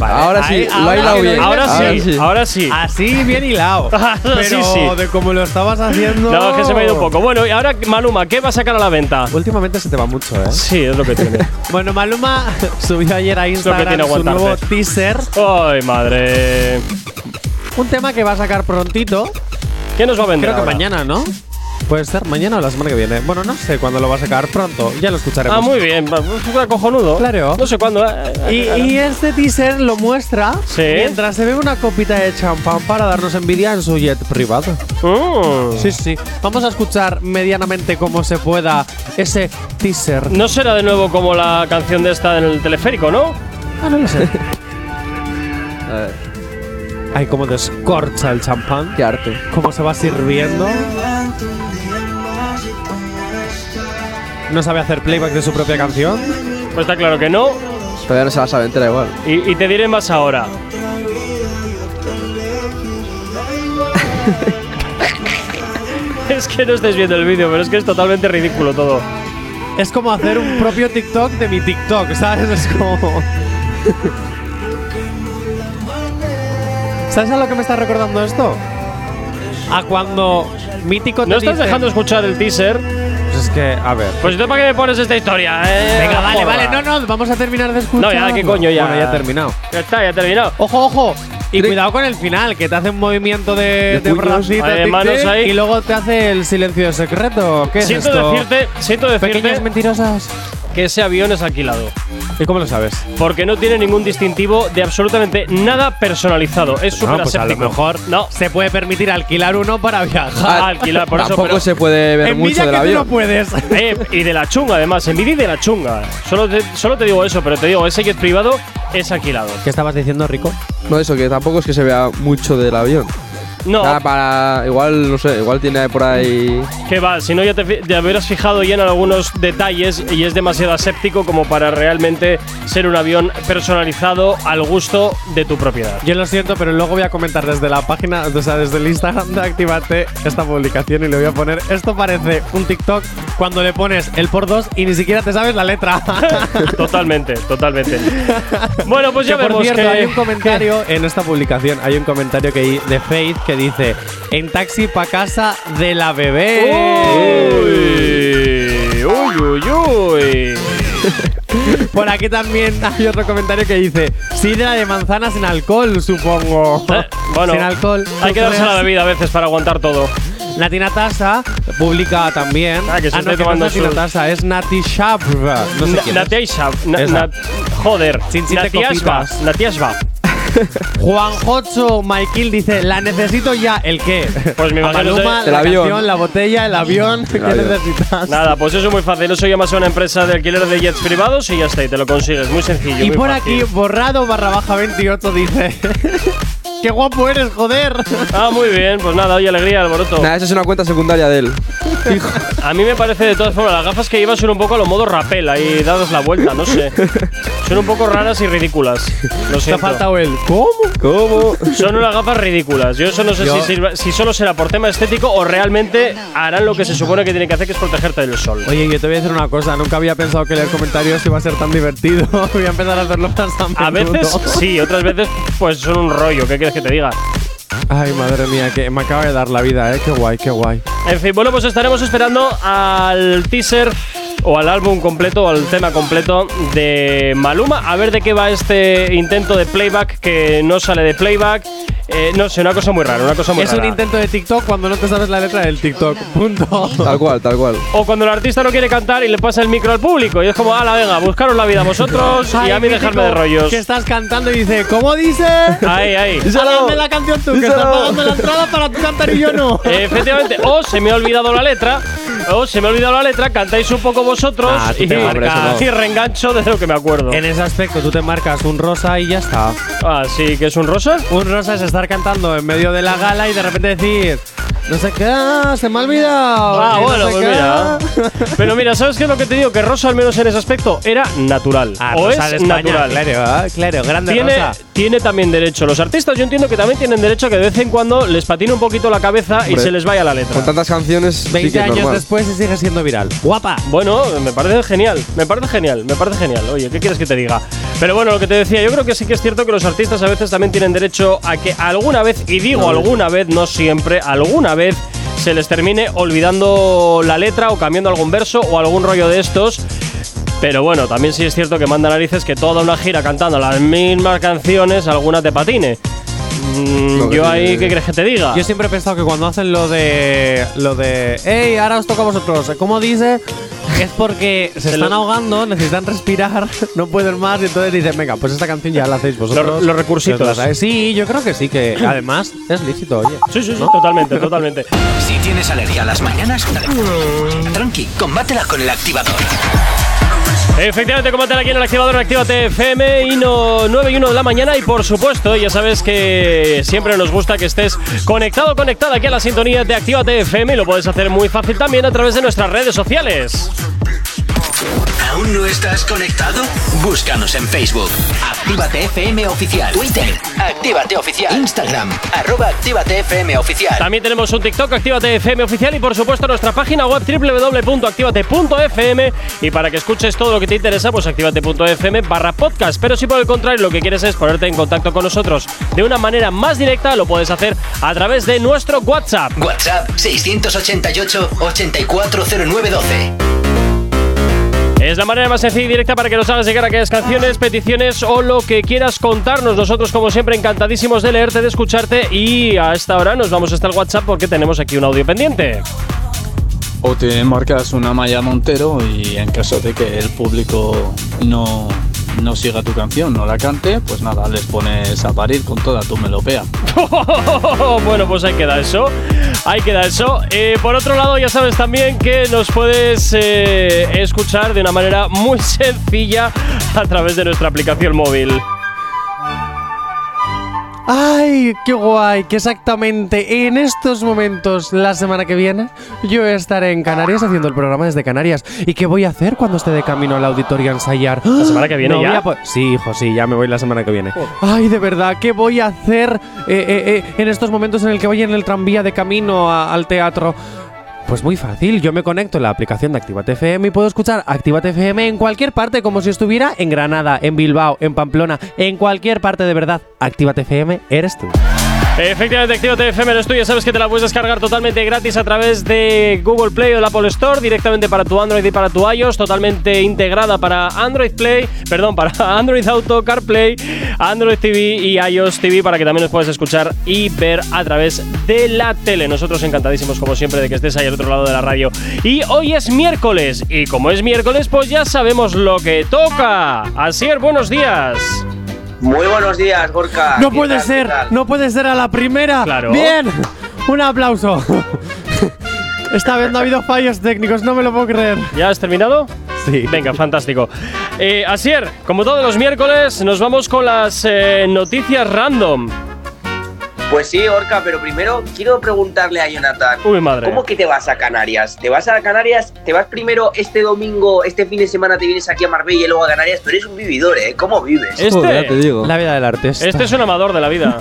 E: ahora sí,
C: ahí-
E: lo ha
C: ahora
E: hilado
C: sí, Ah,
E: bien.
B: Ahora
E: Ahora
B: sí,
E: sí.
B: ahora sí.
C: Así bien hilado.
B: Ah,
C: pero
B: sí, sí.
C: de como lo estabas haciendo.
B: No, es que se me ha ido un poco. Bueno, y ahora Maluma, ¿qué va a sacar a la venta?
C: Últimamente se te va mucho, ¿eh?
B: Sí, es lo que tiene.
C: Bueno, Maluma subió ayer a
B: que tiene
C: Instagram su
B: aguantarte.
C: nuevo teaser
B: ¡Ay, madre!
C: Un tema que va a sacar prontito.
B: ¿Qué nos va a vender?
C: Creo que
B: ahora?
C: mañana, ¿no? Puede ser mañana o la semana que viene. Bueno, no sé cuándo lo va a sacar. Pronto. Ya lo escucharemos.
B: Ah, muy bien. va, va, Cojonudo.
C: Claro.
B: No sé cuándo. eh,
C: Y,
B: eh,
C: y este teaser lo muestra
B: Sí.
C: mientras se bebe una copita de champán para darnos envidia en su jet privado.
B: Mm.
C: Sí, sí. Vamos a escuchar medianamente como se pueda ese teaser.
B: No será de nuevo como la canción de esta en el teleférico, ¿no?
C: Ah, no lo sé.
E: A ver,
C: Ay, cómo descorcha el champán.
E: qué arte.
C: Cómo se va sirviendo. No sabe hacer playback de su propia canción.
B: Pues está claro que no.
E: Todavía no se la sabe entera igual.
B: Y, y te diré más ahora. es que no estés viendo el vídeo, pero es que es totalmente ridículo todo.
C: Es como hacer un propio TikTok de mi TikTok, ¿sabes? Es como. ¿Sabes a lo que me está recordando esto? A cuando Mítico te
B: ¿No estás
C: dice-
B: dejando escuchar el teaser?
C: Pues es que, a ver.
B: Pues entonces, ¿para qué me pones esta historia? eh?
C: Venga, vale,
B: Joder.
C: vale, no, no, vamos a terminar de escuchar.
B: No, ya, ¿qué coño? Ya.
C: Bueno, ya he terminado.
B: Ya está, ya he terminado.
C: Ojo, ojo. Y
E: Cri-
C: cuidado con el final, que te hace un movimiento de, eh,
E: De
C: de
E: puños.
C: bracito,
B: Vale,
C: tic,
B: manos
C: tic,
B: ahí.
C: y luego te hace el silencio secreto. ¿Qué es
B: siento
C: esto?
B: decirte, siento
C: Pequeñas
B: decirte
C: mentirosas.
B: que ese avión es alquilado.
C: ¿Y cómo lo sabes?
B: Porque no tiene ningún distintivo de absolutamente nada personalizado. Es súper
C: No, pues a lo mejor
B: No.
C: se puede permitir alquilar uno para viajar.
B: Ah, alquilar, por eso.
E: Tampoco
B: pero-
E: se puede ver
C: Envidia
E: mucho del
C: que tú no
E: avión.
C: puedes.
B: Eh, y de la chunga, además. Envidia y de la chunga. Solo te, solo te digo eso, pero te digo, ese jet privado es alquilado.
C: ¿Qué estabas diciendo, Rico?
E: No, eso, que tampoco es que se vea mucho del avión.
B: No,
C: Ah,
E: Nada, para. Igual, no sé, igual tiene por ahí.
B: que va, si no ya te, fi- te hubieras fijado ya en algunos detalles y es demasiado aséptico como para realmente ser un avión personalizado al gusto de tu propiedad.
C: Yo lo siento, pero luego voy a comentar desde la página, o sea, desde el Instagram de Activate esta publicación y le voy a poner. Esto parece un TikTok cuando le pones el por dos y ni siquiera te sabes la letra.
B: totalmente, totalmente. Bueno, pues ya
C: Que,
B: vemos
C: por cierto,
B: que
C: hay un comentario en esta publicación, hay un comentario que hay de Faith que dice: En taxi pa casa de la bebé. Eh.
B: Uy, uy, uy, uy.
C: Por aquí también hay otro comentario que dice: Sidra de manzana sin alcohol, supongo.
B: Eh, bueno,
C: sin alcohol.
B: Hay que darse a la
C: ¿Tú crees?
B: bebida a veces para aguantar todo.
C: Natina Tasa publica también.
B: Ah, que se esté
C: no, no
B: tomando
C: es Natina
B: sus-
C: Tasa, es Nati Shab. No sé
B: Na-
C: quién. es.
B: Natiasha. na-
C: Esa.
B: na- Joder.
C: Sin siete
B: Natiasba.
C: copitas.
B: Natiasba.
C: Juan Jocho Michael dice: La necesito ya. ¿El qué?
B: Pues me
C: A
B: imagino
C: Maluma,
B: que-
E: El
C: la
E: avión.
C: canción, la botella, el avión. ¿Qué
E: avión.
C: necesitas?
B: Nada, pues eso es muy fácil. Eso llamas a una empresa de alquiler de jets privados y ya está, y te lo consigues. Muy sencillo.
C: Y
B: muy
C: por
B: fácil.
C: aquí, borrado barra baja 28 dice: ¡Qué guapo eres, joder!
B: Ah, muy bien. Pues nada, oye, alegría, alboroto.
E: Nada, esa es una cuenta secundaria de él.
B: A mí me parece, de todas formas, las gafas que llevas son un poco a lo modo rapel, ahí dadas la vuelta, no sé. Son un poco raras y ridículas. Lo
C: Te ha
B: siento.
C: faltado él. ¿Cómo?
E: ¿Cómo?
B: Son unas gafas ridículas. Yo eso no sé si, sirva- si solo será por tema estético o realmente harán lo que se supone que tienen que hacer, que es protegerte del sol.
C: Oye, yo te voy a decir una cosa: nunca había pensado que leer comentarios iba a ser tan divertido. voy a empezar a hacerlo más
B: A veces
C: menudo.
B: sí, otras veces pues son un rollo, ¿qué quieres que te diga?
C: Ay, madre mía, que me acaba de dar la vida, ¿eh? Qué guay, qué guay.
B: En fin, bueno, pues estaremos esperando al teaser o al álbum completo o al tema completo de Maluma, a ver de qué va este intento de playback que no sale de playback. Eh, no sé, una cosa muy rara, una cosa muy
C: es
B: rara.
C: un intento de TikTok cuando no te sabes la letra del TikTok. Punto.
E: Tal cual, tal cual.
B: o cuando el artista no quiere cantar y le pasa el micro al público y es como, ala, venga, buscaros la vida a vosotros y a mí
C: Ay,
B: dejarme de
C: mítico,
B: rollos.
C: Que estás cantando y dice, ¿cómo dice?
B: Ahí, ahí.
C: Hazme la canción tú, que
E: díselo.
C: estás pagando la entrada para tu cantar y yo no.
B: Eh, Efectivamente, o se me ha olvidado la letra, o se me ha olvidado la letra, cantáis un poco vosotros
C: Ah, tú
B: y,
C: te marcas.
B: y reengancho de lo que me acuerdo.
C: En ese aspecto, tú te marcas un rosa y ya está.
B: Así Ah, que es un rosa.
C: Un rosa es estar cantando en medio de la gala y de repente decir, no sé qué, se me ha olvidado.
B: Ah,
C: y no
B: bueno,
C: sé
B: pues
C: qué".
B: mira. Pero mira, ¿sabes qué es lo que te digo? Que Rosa, al menos en ese aspecto, era natural.
C: Ah,
B: o
C: rosa
B: es
C: de España,
B: natural.
C: Claro, ¿eh? claro, grande
B: Tiene,
C: rosa.
B: tiene también derecho. Los artistas, yo entiendo que también tienen derecho a que de vez en cuando les patine un poquito la cabeza y
E: Hombre.
B: se les vaya la letra.
E: Con tantas canciones, sí
C: 20
E: que es
C: años
E: normal.
C: después y sigue siendo viral. ¡Guapa!
B: Bueno, me parece genial, me parece genial, me parece genial. Oye, ¿qué quieres que te diga? Pero bueno, lo que te decía, yo creo que sí que es cierto que los artistas a veces también tienen derecho a que alguna vez, y digo alguna vez, no siempre, alguna vez se les termine olvidando la letra o cambiando algún verso o algún rollo de estos. Pero bueno, también sí es cierto que manda narices que toda una gira cantando las mismas canciones, alguna te patine. Mm,
E: No,
B: yo
E: que-
B: ahí, ¿qué crees que te diga?
C: Yo siempre he pensado que cuando hacen lo de. Lo de. ¡Ey, ahora os toca a vosotros! Como dice? Es porque se,
B: Se
C: están
B: lo-
C: ahogando, necesitan respirar, no pueden más, y entonces dicen: Venga, pues esta canción ya la hacéis vosotros.
B: Los- los recursitos.
C: Os la sabéis. Sí, yo creo que sí, que además es lícito, oye.
B: Sí, sí, sí, totalmente, totalmente.
A: Si tienes alergia a las mañanas, dale. tranqui, combátela con el activador.
B: Efectivamente, combátela aquí en el activador en Actívate FM y no 9 y 1 de la mañana. Y por supuesto, ya sabes que siempre nos gusta que estés conectado, conectada aquí a la sintonía de Actívate FM y lo puedes hacer muy fácil también a través de nuestras redes sociales.
A: ¿Aún no estás conectado? Búscanos en Facebook. Actívate FM Oficial. Twitter. Actívate Oficial. Instagram. Arroba Actívate FM Oficial.
B: También tenemos un TikTok, Actívate FM oficial y por supuesto nuestra página web www.activate.fm y para que escuches todo lo que te interesa, pues activate.fm barra podcast. Pero si por el contrario lo que quieres es ponerte en contacto con nosotros de una manera más directa, lo puedes hacer a través de nuestro WhatsApp.
A: WhatsApp 688-840912.
B: Es la manera más sencilla y directa para que nos hagas llegar aquellas canciones, peticiones o lo que quieras contarnos. Nosotros, como siempre, encantadísimos de leerte, de escucharte y a esta hora nos vamos hasta el WhatsApp porque tenemos aquí un audio pendiente.
J: O te marcas una Maya Montero y en caso de que el público no, no siga tu canción, no la cante, pues nada, les pones a parir con toda tu melopea.
B: bueno, pues ahí queda eso. Ahí queda eso. Eh, por otro lado, ya sabes también que nos puedes eh, escuchar de una manera muy sencilla a través de nuestra aplicación móvil.
C: ¡Ay, qué guay! Que exactamente en estos momentos, la semana que viene, yo estaré en Canarias haciendo el programa desde Canarias. ¿Y qué voy a hacer cuando esté de camino al auditorio a ensayar? ¿La
B: semana que viene ya?
C: Sí, hijo, sí, ya me voy la semana que viene. ¡Ay, de verdad! ¿Qué voy a hacer eh, eh, eh, en estos momentos en el que voy en el tranvía de camino a- al teatro? Pues muy fácil, yo me conecto a la aplicación de Actívate FM y puedo escuchar Actívate FM en cualquier parte, como si estuviera en Granada, en Bilbao, en Pamplona, en cualquier parte de verdad. Actívate FM eres tú.
B: Efectivamente, Actívate FM eres tú. Ya sabes que te la puedes descargar totalmente gratis a través de Google Play o el Apple Store, directamente para tu Android y para tu iOS, totalmente integrada para Android Play, perdón, para Android Auto, CarPlay, Android TV y iOS TV, para que también nos puedas escuchar y ver a través de la tele. Nosotros encantadísimos, como siempre, de que estés ahí al otro lado de la radio. Y hoy es miércoles, y como es miércoles, pues ya sabemos lo que toca. Asier, buenos días.
I: Muy buenos días,
B: Ah,
I: Gorka.
C: No
I: ¿Qué
C: puede
I: tal, qué
C: ser,
I: tal?
C: no puede ser a la primera.
B: Claro.
C: Bien, un aplauso. Esta vez no ha habido fallos técnicos, no me lo puedo creer.
B: ¿Ya has terminado?
C: Sí.
B: Venga, fantástico. Eh, Asier, como todos los miércoles, nos vamos con las eh, noticias random.
I: Pues sí, Gorka, pero primero quiero preguntarle a Jonathan.
B: Uy, madre.
I: ¿Cómo que te vas a Canarias? ¿Te vas a Canarias? ¿Te vas primero este domingo, este fin de semana te vienes aquí a Marbella y luego a Canarias? Pero eres un vividor, ¿eh? ¿Cómo vives?
B: Este,
E: Joder, ya te digo.
C: La vida del artista.
B: este es un amador de la vida.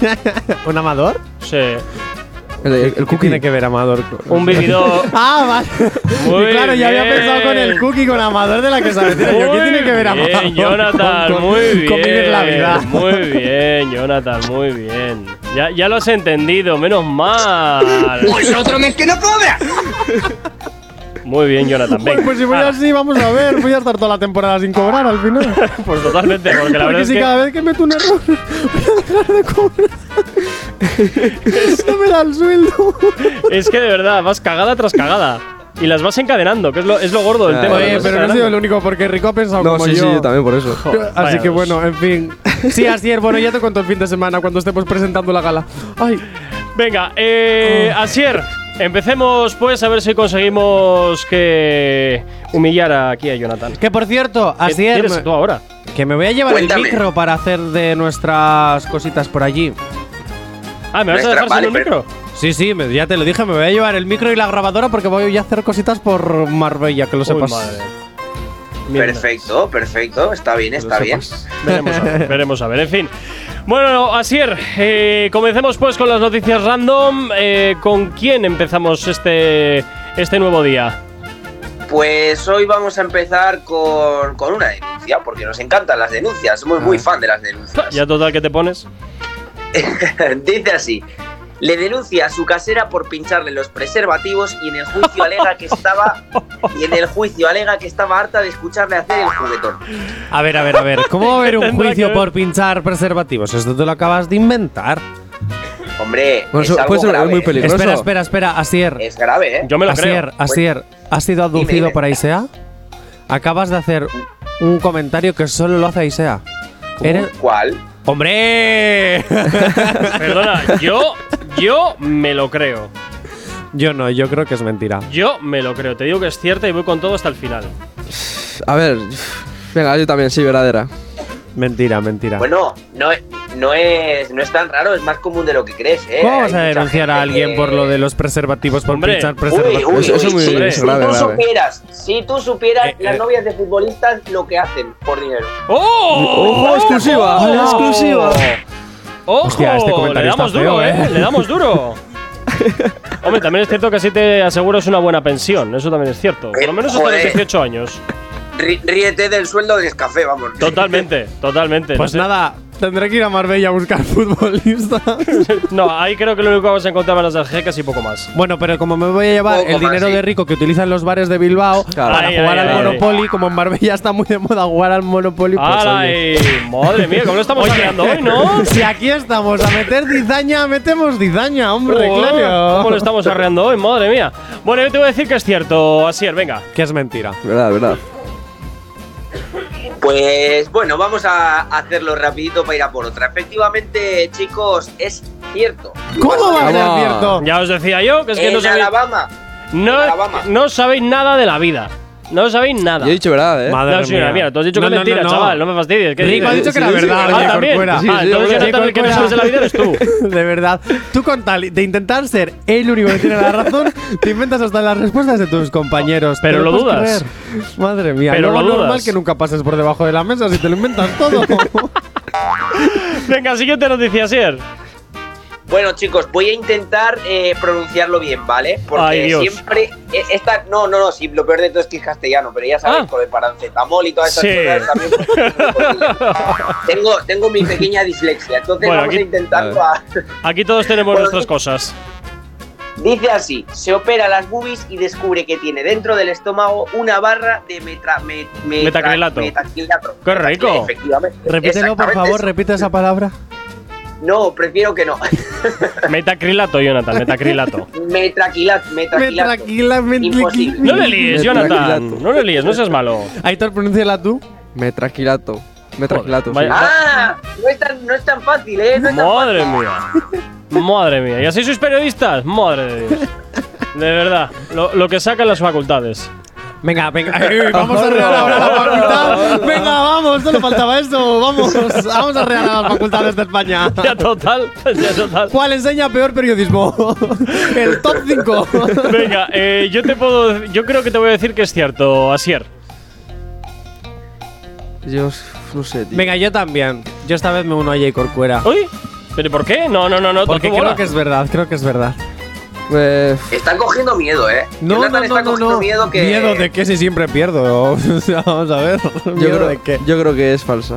C: un amador.
B: Sí.
E: El, el- el
C: ¿Qué
E: cookie.
C: tiene que ver amador?
B: Un vividor.
C: Ah, vale.
B: Muy
C: Y claro, ya había
B: bien.
C: pensado con el cookie, con Amador de la que se avecina. Yo, ¿Qué
B: Muy
C: tiene que ver
B: bien,
C: Amador?
B: Jonathan,
C: con-
B: muy bien.
C: Con vivir la vida.
B: Muy bien, Jonathan, muy bien. Ya, ya lo has entendido, menos mal.
I: ¡Vosotros me que no cobra!
B: Muy bien, Jonathan.
C: Joder,
B: Venga.
C: pues si voy
B: Ah,
C: así, vamos a ver. Voy a estar toda la temporada sin cobrar al final.
B: pues totalmente, porque la verdad
C: Porque
B: es
C: si
B: que.
C: cada vez que meto un error, voy a dejar de cobrar. no me da el sueldo.
B: Es que de verdad, vas cagada tras cagada. Y las vas encadenando, que es lo, es lo gordo del
E: Ah.
B: tema.
C: Oye,
B: Las vas
C: pero no he
B: encadenando.
C: sido el único, porque Rico ha pensado
E: No,
C: como
E: sí,
C: yo.
E: sí, yo también por eso.
B: Joder,
C: Así
B: vaya
C: que
B: dos.
C: bueno, en fin. Sí, así es. Bueno, ya te cuento el fin de semana cuando estemos presentando la gala. Ay,
B: Venga, eh,
C: Oh.
B: Asier, empecemos pues a ver si conseguimos que humillar aquí a Jonathan.
C: que por cierto,
B: ¿Qué quieres tú ahora?
C: Que me voy a llevar
I: Cuéntame.
C: el micro para hacer de nuestras cositas por allí.
B: Ah, ¿me vas a
I: Nuestra-
B: dejar
I: vale,
B: sin un
I: pero-
B: micro?
C: Sí, sí, me- ya te lo dije, me voy a llevar el micro y la grabadora porque voy a hacer cositas por Marbella, que lo
B: Uy,
C: sepas.
B: madre. Mierda.
I: Perfecto, perfecto. Está bien, está bien.
B: Veremos a ver, veremos a ver. En fin. Bueno, Asier, eh, comencemos pues con las noticias random. Eh, ¿Con quién empezamos este, este nuevo día?
I: Pues hoy vamos a empezar con, con una denuncia, porque nos encantan las denuncias. Somos muy fan de las denuncias.
B: Ya total que te pones.
I: Dice así. Le denuncia a su casera por pincharle los preservativos y en el juicio alega que estaba y en el juicio alega que estaba harta de escucharle hacer el juguetón.
C: A ver, a ver, a ver, ¿cómo va a haber un
B: Tendrá que
C: juicio
B: ver.
C: por pinchar preservativos? Esto te lo acabas de inventar.
I: Hombre,
E: Bueno,
I: es
E: eso
I: algo
E: puede ser
I: grave. ¿eh?
E: muy peligroso.
C: Espera, espera, espera, Asier.
I: Es grave, ¿eh?
C: Asier, Asier, ¿has sido aducido
I: dime.
C: por Aisea? Acabas de hacer un comentario que solo lo hace Aisea. Eres-
I: ¿Cuál?
C: ¡Hombre!
B: Perdona, yo, yo me lo creo.
C: Yo no, yo creo que es mentira.
B: Yo me lo creo. Te digo que es cierta y voy con todo hasta el final.
E: A ver, venga, yo también, sí, verdadera.
C: Mentira, mentira.
I: Bueno, no, e- no, es, no es tan raro, es más común de lo que crees, ¿eh?
C: ¿Cómo
I: Hay
C: vas a
I: mucha
C: denunciar a
I: gente
C: alguien
I: que-
C: por lo de los preservativos, por
B: Hombre,
C: pinchar
I: Uy,
C: preservativos?
I: uy,
E: Eso- eso
I: uy,
E: muy-
I: si,
E: eso es
I: si
E: grave,
I: tú
E: grave.
I: supieras, si tú supieras
C: Eh,
I: las
C: eh.
I: novias de futbolistas lo que hacen por dinero.
B: ¡Oh!
E: ¡Ojo, exclusiva!
B: ¡Ojo!
E: ¡Exclusiva!
B: ¡Ojo!
C: Hostia, este
B: le
C: comentario
B: damos
C: está
B: duro,
C: feo,
B: ¿eh?
C: ¿eh?
B: Le damos duro. Hombre, también es cierto que así te aseguro es una buena pensión. Eso también es cierto. Por lo menos hasta los
I: Joder.
B: 18 años.
I: Rí- Ríete del sueldo del café, vamos.
B: Totalmente, totalmente.
C: Pues
B: no sé-
C: nada, tendré que ir a Marbella a buscar futbolista.
B: No, ahí creo que lo único que vamos a encontrar van a ser las jecas y poco más.
C: bueno, pero como me voy a llevar
I: Poco
C: el
I: más,
C: dinero
I: sí.
C: de rico que utilizan los bares de Bilbao
E: Claro.
C: para
B: Ay, ay,
C: jugar al
B: ay, ay.
C: Monopoly, como en Marbella está muy de moda jugar al Monopoly, pues oye.
B: ¡Ay! Madre mía, ¿cómo lo eh, estamos hablando hoy, no?
C: si aquí estamos a meter dizaña, metemos dizaña, hombre,
B: Oh,
C: claro.
B: ¿Cómo lo estamos arreando hoy? Madre mía. Bueno, yo te voy a decir que es cierto, Asier, venga.
C: Que es mentira.
E: Verdad, verdad.
I: Pues bueno, vamos a hacerlo rapidito para ir a por otra. Efectivamente, chicos, es cierto.
C: ¿Cómo va a ser
E: Vamos.
C: cierto?
B: Ya os decía yo que es que
I: en
B: no sabéis,
I: Alabama.
B: no,
I: en Alabama.
B: no sabéis nada de la vida. No sabéis nada.
E: Yo he dicho verdad, ¿eh?
C: Madre
B: no, sí,
C: mía.
B: una mierda. Tú has dicho
C: No,
B: que
C: no,
B: es mentira,
C: no, no.
B: chaval. No me fastidies. ¿Qué
C: Rico ha
B: dices?
C: dicho que era
E: Sí, sí,
C: verdad,
E: sí.
C: oye,
B: Ah, también.
C: Corcuera.
E: Sí,
B: ah,
E: sí,
B: entonces
E: sí,
B: Jonathan,
C: sí,
B: el que no
C: Corcuera.
B: sabes de la vida eres tú.
C: De verdad. Tú con tal de intentar ser el único que tiene la razón, te inventas hasta las respuestas de tus compañeros.
B: Pero
C: ¿Te
B: lo
C: puedes
B: dudas.
C: creer? Madre mía.
B: Pero
C: Luego
B: lo
C: normal
B: dudas.
C: que nunca pases por debajo de la mesa si te lo inventas todo.
B: Venga, siguiente noticia, Asier.
I: Bueno, chicos, voy a intentar eh, pronunciarlo bien, ¿vale? Porque
B: Ay, Dios.
I: siempre. e- Esta, no, no, no, sí, lo peor de todo es que es castellano, pero ya sabéis,
B: Ah.
I: con el paracetamol y todas esas
B: Sí.
I: cosas también. tengo, tengo mi pequeña dislexia, entonces
B: Bueno,
I: vamos
B: aquí-
I: a intentarlo a.
B: Aquí todos tenemos
I: Bueno,
B: nuestras cosas.
I: Dice así, se opera las boobies y descubre que tiene dentro del estómago una barra de metra, me- me-
B: Metacrilato.
I: metacrilato.
B: ¡Qué rico!
I: Efectivamente.
C: Repítelo, por
I: Exactamente
C: favor,
I: eso.
C: repite esa palabra.
I: No, prefiero que no.
B: Metacrilato, Jonathan, metacrilato.
I: Metacrilato, metacrilato.
C: Metraquila,
I: Imposible.
B: No le líes,
E: Metacrilato.
B: Jonathan. No le líes, no seas malo.
C: Aitor, pronúnciala tú.
E: Metraquilato. Metraquilato. sí.
B: Joder, vaya-
I: Ah, no es tan, no es tan fácil, ¿eh? No es tan
B: Madre
I: fácil.
B: mía. Madre mía. ¿Y así sois periodistas? Madre de Dios. De verdad. Lo, lo que sacan las facultades.
C: Venga, venga. Ey, vamos a rear ahora la facultad. Venga, vamos, solo faltaba eso. Vamos, vamos a rear a las facultades de España.
B: Ya total. pues Ya total.
C: ¿Cuál enseña peor periodismo? El top 5.
B: Venga, eh, yo te puedo. Yo creo que te voy a decir que es cierto, Asier.
E: Dios, no sé, tío.
C: Venga, yo también. Yo esta vez me uno a Jay Corcuera.
B: ¿Uy? ¿Pero por qué? No, no, no, no.
C: Porque
B: tú bola.
C: creo que es verdad, creo que es verdad.
E: Eh,
I: Está cogiendo miedo, ¿eh?
C: No, no,
I: Jonathan
C: no,
I: está
C: no,
I: cogiendo
C: no.
I: miedo que.
C: Miedo de que si siempre pierdo. O sea, vamos a ver.
E: yo,
C: miedo
E: creo,
C: de qué.
E: yo creo que es falsa.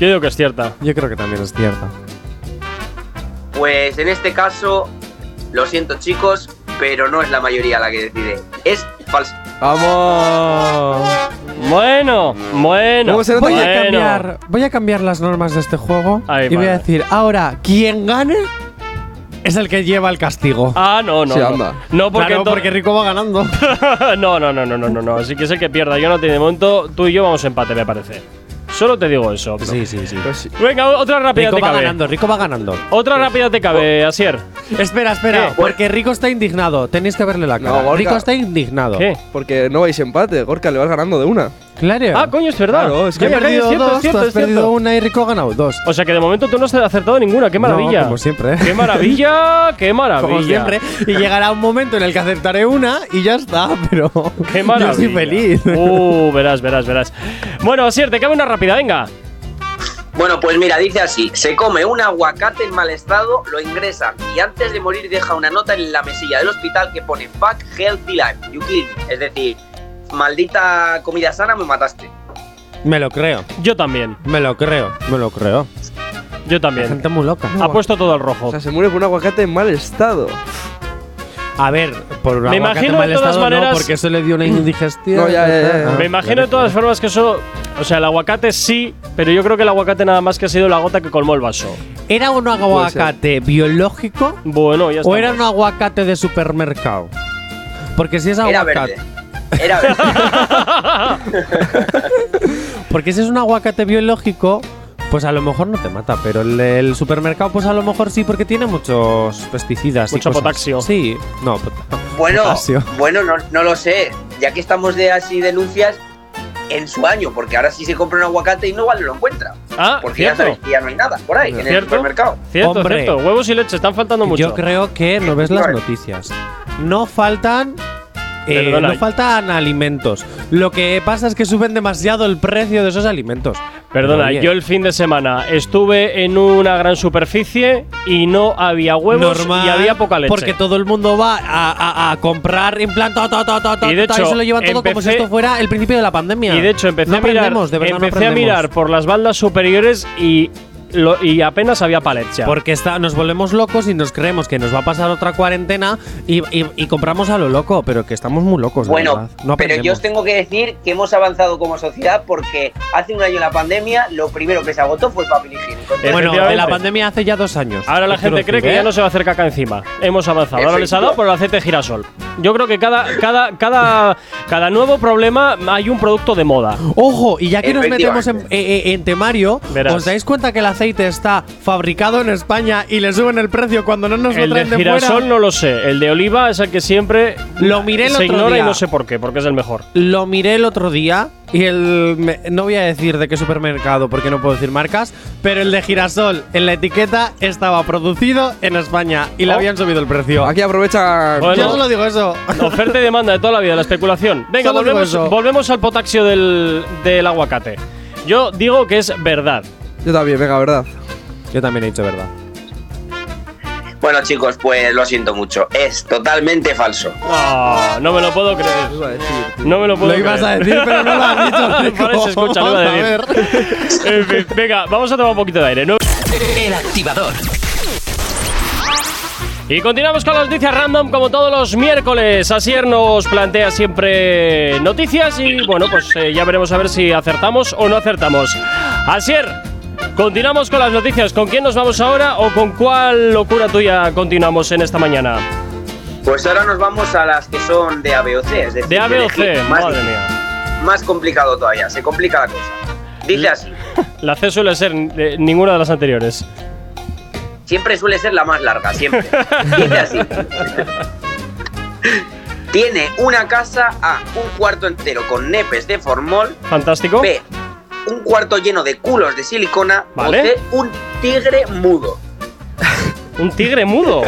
B: Yo digo que es cierta.
C: Yo creo que también es cierto.
I: Pues en este caso, lo siento, chicos, pero no es la mayoría la que decide. Es falso.
E: ¡Vamos!
B: Bueno, bueno.
E: ¿Cómo se nota?
C: Voy a
B: bueno.
C: cambiar, voy a cambiar las normas de este juego
B: Ay,
C: y voy a
B: madre.
C: decir, ahora, quien gane es el que lleva el castigo.
B: Ah, no, no.
E: Sí,
B: no.
E: anda.
B: No, porque.
C: claro,
B: ento-
C: porque Rico va ganando.
B: no, no, no, no, no, no, no. Así que es el que pierda. Yo no te de momento. Tú y yo vamos a empate, me parece. Solo te digo eso.
C: sí, sí.
E: Pues sí.
B: Venga, o- otra rápida
C: Rico
B: te
C: va
B: cabe.
C: ganando, Oh. Rico va ganando.
B: Otra rápida te cabe, Asier.
C: Espera, espera,
I: ¿Qué?
C: porque Rico está indignado. Tenéis que verle la
E: No,
C: cara.
E: Gorka.
C: Rico está indignado.
B: ¿Qué?
E: Porque no vais empate, Gorka, le vas ganando de una.
C: Claro.
B: Ah, coño, es verdad.
E: Claro, es
C: Yo he
B: Ya, ya, ya,
C: perdido
B: es cierto,
C: dos,
B: es cierto,
C: tú has
B: es
C: perdido
B: cierto.
C: una y Rico ha ganado dos.
B: O sea que de momento tú no has acertado ninguna. ¡Qué maravilla!
C: No, como siempre. ¿eh?
B: ¡Qué maravilla! ¡Qué maravilla!
C: Como siempre. Y llegará un momento en el que aceptaré una y ya está, pero.
B: ¡Qué maravilla!
C: Yo soy feliz.
B: Uh, verás, verás, verás. Bueno, Asier, te cabe una rápida, venga.
I: Bueno, pues mira, dice así: se come un aguacate en mal estado, lo ingresa y antes de morir deja una nota en la mesilla del hospital que pone Fuck Healthy Life, you killed me". Es decir, maldita comida sana, me mataste.
C: Me lo creo,
B: Yo también,
C: me lo creo, me lo creo.
B: yo
C: La
B: también.
C: gente muy loca.
B: Apuesto todo al rojo.
E: O sea, se muere por un aguacate en mal estado.
C: A ver, por
B: Me
C: aguacate
B: imagino,
C: mal
B: de todas
C: estado no,
B: maneras-
C: porque eso le dio una indigestión.
E: No, ya, ya, ya.
C: Ah,
B: Me imagino de todas formas que eso. O sea, el aguacate sí, pero yo creo que el aguacate nada más que ha sido la gota que colmó el vaso.
C: ¿Era un aguacate biológico
B: Bueno, ya está.
C: o era un aguacate de supermercado? Porque si es
I: Era
C: aguacate,
I: verde. Era verde.
C: porque si es un aguacate biológico, pues a lo mejor no te mata, pero el del supermercado pues a lo mejor sí porque tiene muchos pesticidas y
B: Mucho
C: cosas.
B: potasio.
C: Sí, no, pot-
I: Bueno,
C: Potasio.
I: bueno no, no lo sé. Ya que estamos de así denuncias, en su año, porque ahora sí se compra un aguacate y no igual lo encuentra.
B: Ah,
I: Porque ya
B: cierto.
I: sabes que ya no hay nada por ahí, en el
B: ¿Cierto?
I: supermercado.
B: Cierto,
C: Hombre.
B: cierto. Huevos y leche, están faltando mucho.
C: Yo creo que no ves las noticias. No faltan. eh,
B: Perdona.
C: no faltan alimentos. Lo que pasa es que suben demasiado el precio de esos alimentos.
B: Perdona,
C: Oye,
B: yo el fin de semana estuve en una gran superficie y no había huevos
C: normal,
B: y había poca leche.
C: Porque todo el mundo va a, a- a comprar en plan. ta, ta, ta, ta, ta,
B: Y de
C: ta,
B: hecho,
C: se lo llevan todo como si
B: empecé-
C: esto fuera el principio de la pandemia.
B: y de hecho empecé,
C: No
B: a, mirar,
C: aprendemos, de verdad, no
B: empecé a
C: aprendemos.
B: mirar por las bandas superiores y, lo- y apenas había palets ya.
C: Porque está, nos volvemos locos y nos creemos que nos va a pasar otra cuarentena y, y- y compramos a lo loco, pero que estamos muy locos. de
I: Bueno,
C: verdad. no
I: pero yo
C: aprendemos.
I: os tengo que decir que hemos avanzado como sociedad porque hace un año la pandemia lo primero que se agotó fue el papel higiénico. Entonces,
C: Eh, Bueno, de
B: Efectivamente.
C: la pandemia hace ya dos años.
B: Ahora la
C: Te quiero
B: gente cree
C: decir,
B: que ya
C: ¿eh?
B: no se va a hacer caca encima. Hemos avanzado. Ahora les ha dado por el aceite de girasol. Yo creo que cada, cada, cada, cada nuevo problema hay un producto de moda.
C: Ojo, y ya que nos metemos en,
I: Efectivamente.
C: eh, eh, en temario,
B: Verás.
C: ¿os dais cuenta que el aceite está fabricado en España y le suben el precio cuando no nos lo
B: El de
C: traen de,
B: girasol
C: fuera?
B: no lo sé. El de oliva es el que siempre
C: Lo miré el
B: se
C: otro
B: ignora y
C: día.
B: no sé por qué, porque es el mejor.
C: Lo miré el otro día y el me- no voy a decir de qué supermercado porque no puedo decir marcas, pero el de girasol en la etiqueta estaba producido en España y le
B: Oh.
C: habían subido el precio.
E: Aquí aprovecha.
B: Bueno.
C: Yo solo digo eso.
B: Oferta y demanda de toda la vida, la especulación. Venga,
C: Solo digo
B: volvemos,
C: eso.
B: volvemos al potasio del, del aguacate. Yo digo que es verdad.
E: Yo también, venga, verdad.
C: Yo también he dicho verdad.
I: Bueno, chicos, pues lo siento mucho. Es totalmente falso.
B: Ah, no me lo puedo creer.
E: Iba a decir, tío.
B: No me lo puedo
C: Lo ibas
B: creer.
C: a decir, pero no lo has dicho. Nico.
B: Vale, se escucha, lo iba a decir. En fin, venga, vamos a tomar un poquito de aire. ¿no?
A: El activador.
B: Y continuamos con las noticias random como todos los miércoles. Asier nos plantea siempre noticias y bueno, pues eh, ya veremos a ver si acertamos o no acertamos. Asier, continuamos con las noticias. ¿Con quién nos vamos ahora o con cuál locura tuya continuamos en esta mañana?
I: Pues ahora nos vamos a las que son de ABOC, es decir,
B: De A, B o C,
I: elegir más,
B: madre mía.
I: más complicado todavía, se complica la cosa. Dice así,
B: La C suele ser eh, ninguna de las anteriores.
I: siempre suele ser la más larga, siempre. Dice así. Tiene una casa A, un cuarto entero con nepes de formol,
B: Fantástico.
I: B, un cuarto lleno de culos de silicona,
B: Vale.
I: o C, un tigre mudo.
B: Un tigre mudo.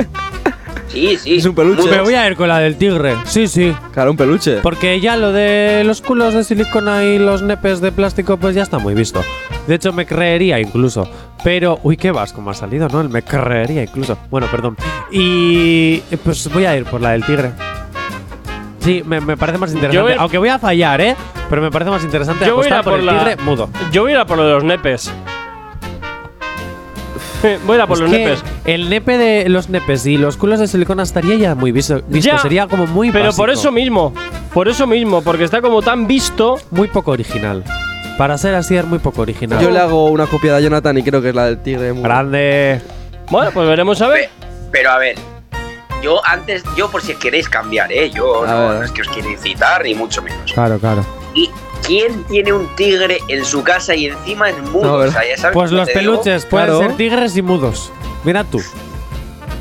I: Sí, sí.
E: Es un peluche.
I: mudo.
C: Me voy a ir con la del tigre. Sí, sí.
E: Claro, un peluche.
C: Porque ya lo de los culos de silicona y los nepes de plástico, pues ya está muy visto. De hecho, me creería incluso. Pero, uy, qué vas, como ha salido, ¿no? El me creería incluso. Bueno, perdón. Y eh, pues voy a ir por la del tigre. Sí, me, me parece más interesante.
B: voy-
C: Aunque voy a fallar, ¿eh? Pero me parece más interesante
B: Yo voy a ir
C: apostar
B: a por
C: por, el
B: la-
C: tigre mudo.
B: Yo voy a ir a por lo de los nepes. Voy a ir a por
C: Es
B: los
C: que
B: nepes.
C: El nepe de los nepes y los culos de silicona estaría ya muy visto. visto.
B: Ya,
C: Sería como muy
B: Pero por
C: básico.
B: eso mismo, por eso mismo, porque está como tan visto.
C: muy poco original. Para ser así es muy poco original.
E: Yo le hago una copia de Jonathan y creo que es la del tigre. mudo.
C: Grande.
B: Bueno, pues veremos a ver.
I: Pe- Pero a ver, yo antes, yo por si queréis cambiar, ¿eh? Yo
E: A
I: no,
E: ver.
I: no es que os quiera incitar, ni mucho menos.
C: Claro, claro.
I: ¿Y quién tiene un tigre en su casa y encima es mudo?
E: A ver.
I: O sea, ya sabes
C: Pues
I: lo
C: los
I: que te digo.
C: peluches pueden
E: Claro.
C: ser tigres y mudos. Mira tú.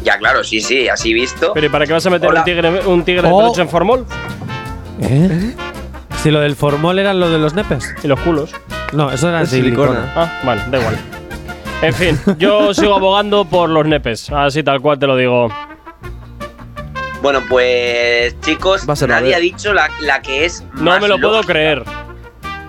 I: Ya, claro, sí, sí, así visto.
B: Pero ¿y para qué vas a meter
I: Hola.
B: un tigre, un tigre de
C: Oh.
B: peluche en formol?
C: ¿Eh? Si lo del formol era lo de los nepes.
B: Y los culos.
C: No, eso era
E: Es
C: silicona.
E: silicona.
B: Ah, vale, da igual. En fin, yo sigo abogando por los nepes. Así tal cual te lo digo.
I: Bueno, pues chicos,
E: Vas a la
I: nadie
E: ver.
I: ha dicho la, la que es
B: No
I: más
B: me lo puedo
I: lógica.
B: creer.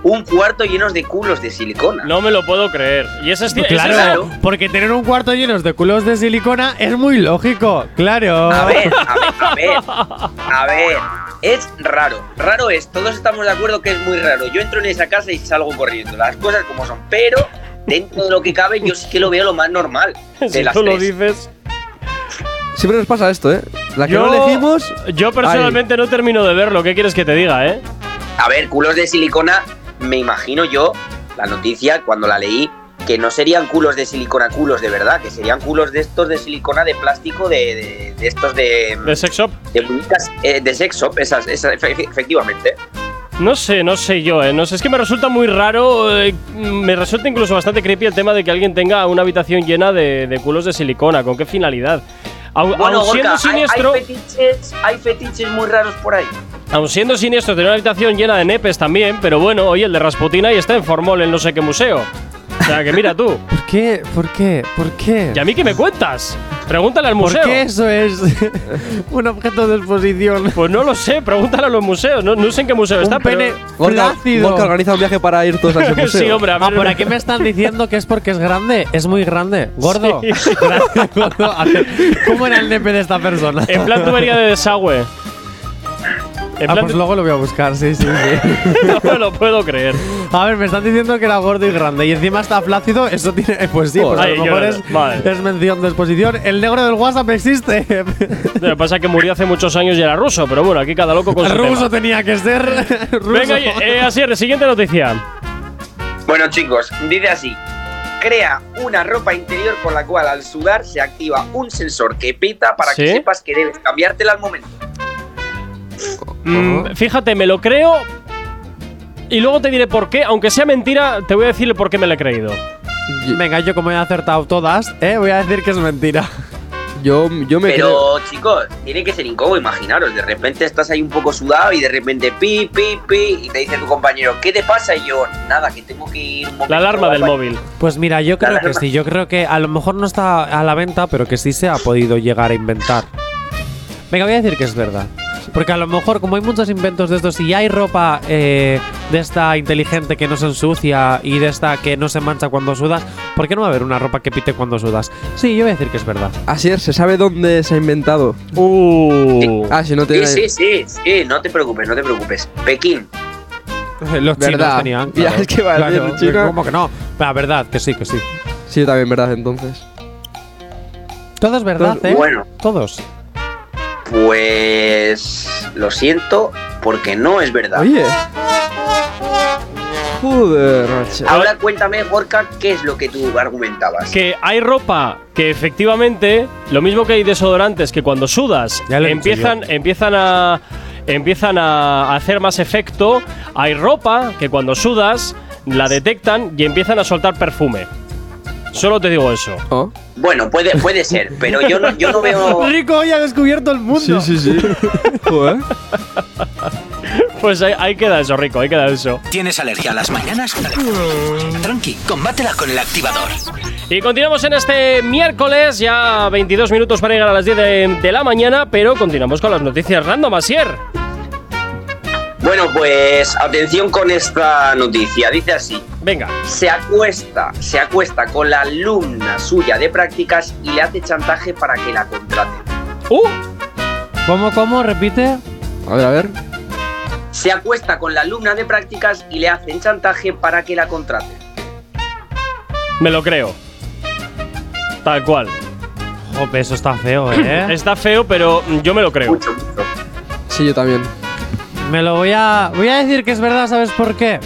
I: Un cuarto lleno de culos de silicona.
B: No me lo puedo creer. Y ese es ese
C: Claro,
B: es-
I: claro.
C: porque tener un cuarto lleno de culos de silicona es muy lógico. Claro.
I: A ver, a ver, a ver, a ver. Es raro, raro es, todos estamos de acuerdo que es muy raro. Yo entro en esa casa y salgo corriendo, las cosas como son, pero dentro de lo que cabe yo sí que lo veo lo más normal de
B: Si
I: las
B: tú lo
I: tres.
B: dices.
E: Siempre nos pasa esto, ¿eh? La que no elegimos.
B: Yo personalmente no termino de verlo. ¿Qué quieres que te diga, eh?
I: A ver, culos de silicona, me imagino yo, la noticia, cuando la leí, que no serían culos de silicona, culos de verdad, que serían culos de estos de silicona, de plástico, de, de- de estos de.
B: ¿De sex shop?
I: De muñecas, eh, de sex shop, esas, esas, efe- efe- efectivamente.
B: No sé, no sé yo, ¿eh? No sé, es que me resulta muy raro, eh, me resulta incluso bastante creepy el tema de que alguien tenga una habitación llena de, de culos de silicona. ¿Con qué finalidad? Aun, aun siendo
I: Gorka, hay-
B: siniestro,
I: hay, fetiches, hay fetiches muy raros por ahí.
B: aun siendo siniestro, tener una habitación llena de nepes también, pero bueno, oye, el de Rasputina y está en Formol, en no sé qué museo. O sea, que mira tú.
C: ¿Por qué? ¿Por qué? ¿Por qué?
B: ¿Y a mí qué me cuentas? Pregúntale al
C: ¿Por
B: museo.
C: qué eso es un objeto de exposición?
B: Pues no lo sé, pregúntale a los museos. No, no sé en qué museo está,
C: pene
B: pero.
E: Gorka, Gorka organiza un viaje para ir todos a ese museo.
B: Sí, hombre, a
C: Ah,
B: ver-
C: por aquí me están diciendo que es porque es grande. Es muy grande. Gordo. Gracias, gordo. A ver, ¿Cómo era el nepe de esta persona?
B: En plan tubería de desagüe. En
C: Ah,
B: plan
C: pues luego lo voy a buscar, sí, sí, sí.
B: no me lo puedo creer.
C: A ver, me están diciendo que era gordo y grande y encima está flácido. Eso tiene. eh, Pues sí, pues a
B: Ay,
C: lo mejor
B: yo-
C: es,
B: vale.
C: es mención de exposición. El negro del WhatsApp existe.
B: Lo que pasa es que murió hace muchos años y era ruso, pero bueno, aquí cada loco con su
C: Ruso
B: tema.
C: tenía que ser. Ruso.
B: Venga, y- eh, así es, siguiente noticia.
I: Bueno, chicos, dice así. Crea una ropa interior con la cual al sudar se activa un sensor que pita para que
B: ¿Sí?
I: sepas que debes cambiártela al momento.
B: Mm, fíjate, me lo creo y luego te diré por qué. Aunque sea mentira, te voy a decir el por qué me lo he creído.
C: Venga, yo como he acertado todas, eh, voy a decir que es mentira.
E: Yo, yo me creo.
I: Pero, chicos, tiene que ser incómodo, imaginaros. De repente estás ahí un poco sudado y de repente pi, pi, pi. Y te dice tu compañero, ¿qué te pasa? Y yo, nada, que tengo que ir un momento
B: La alarma
I: al
B: del
I: baño".
B: móvil.
C: Pues mira, yo creo que sí. Yo creo que a lo mejor no está a la venta, pero que sí se ha podido llegar a inventar. Venga, voy a decir que es verdad. Porque a lo mejor, como hay muchos inventos de estos, y hay ropa eh, de esta inteligente que no se ensucia y de esta que no se mancha cuando sudas, ¿por qué no va a haber una ropa que pite cuando sudas? Sí, yo voy a decir que es verdad.
E: Así es, se sabe dónde se ha inventado.
B: Uh.
E: Ah, si no te.
I: Sí, sí, sí, sí, no te preocupes, no te preocupes. Pekín,
C: Los chinos
E: Verdad.
C: tenían.
E: Ya, es que va a decir China.
C: ¿Cómo que no? La verdad, que sí, que sí.
E: Sí, yo también, ¿verdad? Entonces.
C: Todo es verdad, ¿eh?
I: bueno.
C: Todos.
I: pues lo siento porque no es verdad.
E: Oye. Joder, macho.
I: Ahora cuéntame, Gorka, qué es lo que tú argumentabas.
B: Que hay ropa que efectivamente, lo mismo que hay desodorantes que cuando sudas
C: Ya lo he
B: empiezan, empiezan a empiezan a hacer más efecto, hay ropa que cuando sudas la detectan y empiezan a soltar perfume. Solo te digo eso.
E: Oh.
I: Bueno, puede, puede ser, pero yo no, yo no veo.
C: Rico hoy ha descubierto el mundo.
E: Sí, sí, sí. Joder.
B: Pues ahí, ahí queda eso, rico, ahí queda eso.
A: ¿Tienes alergia a las mañanas? Tranqui, combátela con el activador.
B: Y continuamos en este miércoles, ya 22 minutos para llegar a las 10 de, de la mañana, pero continuamos con las noticias random, Asier.
I: Bueno, pues atención con esta noticia. Dice así:
B: Venga.
I: se acuesta, se acuesta con la alumna suya de prácticas y le hace chantaje para que la contrate.
B: ¡Uh!
C: ¿Cómo, cómo? Repite.
E: A ver, a ver.
I: Se acuesta con la alumna de prácticas y le hacen chantaje para que la contrate.
B: Me lo creo. Tal cual.
C: Jope, eso está feo, ¿eh?
B: Está feo, pero yo me lo creo.
I: Mucho, mucho.
E: Sí, yo también.
C: Me lo voy a. Voy a decir que es verdad, ¿sabes por qué?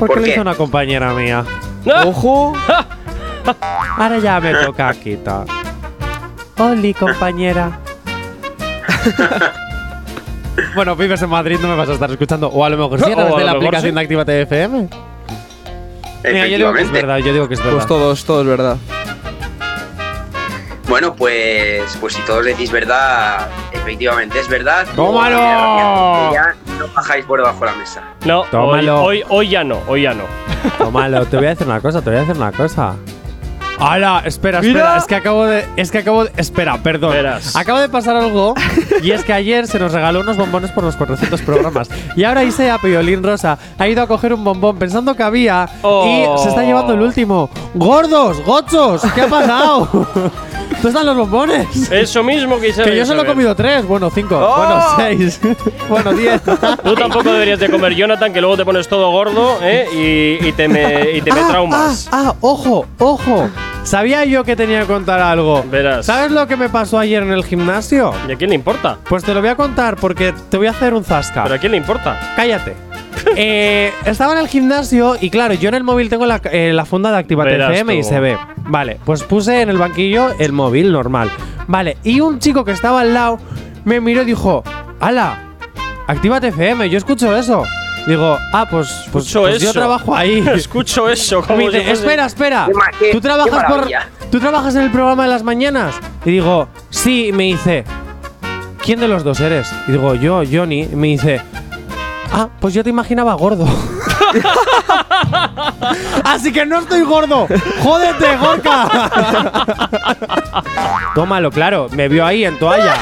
C: Porque
I: ¿Por
C: lo
I: qué?
C: hizo una compañera mía.
B: ¡Ah!
E: ¡Ojo!
C: Ahora ya me toca quitar. Oli, compañera. bueno, vives en Madrid, no me vas a estar escuchando. O a lo mejor sí, a
B: O
C: través
B: a
C: de
B: lo
C: la
B: mejor
C: aplicación
B: sí.
C: de Actívate FM. Mira, yo digo que es
I: Efectivamente.
C: verdad, yo digo que es verdad.
E: Pues todos, todos, ¿verdad?
I: Bueno, pues, pues si todos decís verdad, efectivamente es verdad.
C: ¡Tómalo!
I: Ya no bajáis por debajo de la mesa.
B: No, hoy,
C: Tómalo.
B: hoy, hoy ya no, hoy ya no.
C: Tómalo, te voy a decir una cosa, te voy a decir una cosa. ¡Hala! Espera, espera,
E: Mira.
C: es que acabo de. Es que acabo de. Espera, perdón.
B: Verás.
C: Acaba de pasar algo y es que ayer se nos regaló unos bombones por los 400 programas. Y ahora Isea Piolín Rosa ha ido a coger un bombón pensando que había
B: Oh.
C: y se está llevando el último. ¡Gordos! ¡Gochos! ¿Qué ha pasado? ¿Dónde están los bombones?
B: Eso mismo quisiera.
C: Que yo solo he
B: saber.
C: comido tres, bueno, cinco,
B: Oh.
C: bueno, seis, bueno, diez.
B: Tú tampoco deberías de comer, Jonathan, que luego te pones todo gordo ¿eh? y, y te me, y te me
C: Ah,
B: traumas.
C: Ah, ah, ojo, ojo. Sabía yo que tenía que contar algo.
B: Verás.
C: ¿Sabes lo que me pasó ayer en el gimnasio?
B: ¿Y a quién le importa?
C: Pues te lo voy a contar porque te voy a hacer un zasca.
B: ¿Pero a quién le importa?
C: Cállate. Eh, estaba en el gimnasio y claro, yo en el móvil tengo la, eh, la funda de Activate
B: Verás
C: FM y
B: tú.
C: se ve. Vale, pues puse en el banquillo el móvil normal. Vale, y un chico que estaba al lado me miró y dijo, ala, Actívate FM, yo escucho eso. Digo, ah, pues, pues,
B: Escucho
C: pues yo
B: eso.
C: trabajo ahí.
B: Escucho eso. Como
C: Me dice,
B: si fuese-
C: espera, espera.
I: Qué ma- qué-
C: ¿Tú trabajas
I: qué
C: por
I: maravilla.
C: tú trabajas en el programa de las mañanas? Y digo, sí, y me dice, ¿quién de los dos eres? Y digo, yo, Johnny, y me dice, ah, pues yo te imaginaba gordo. Así que no estoy gordo. Jódete, Gorka. Tómalo, claro, me vio ahí en toalla.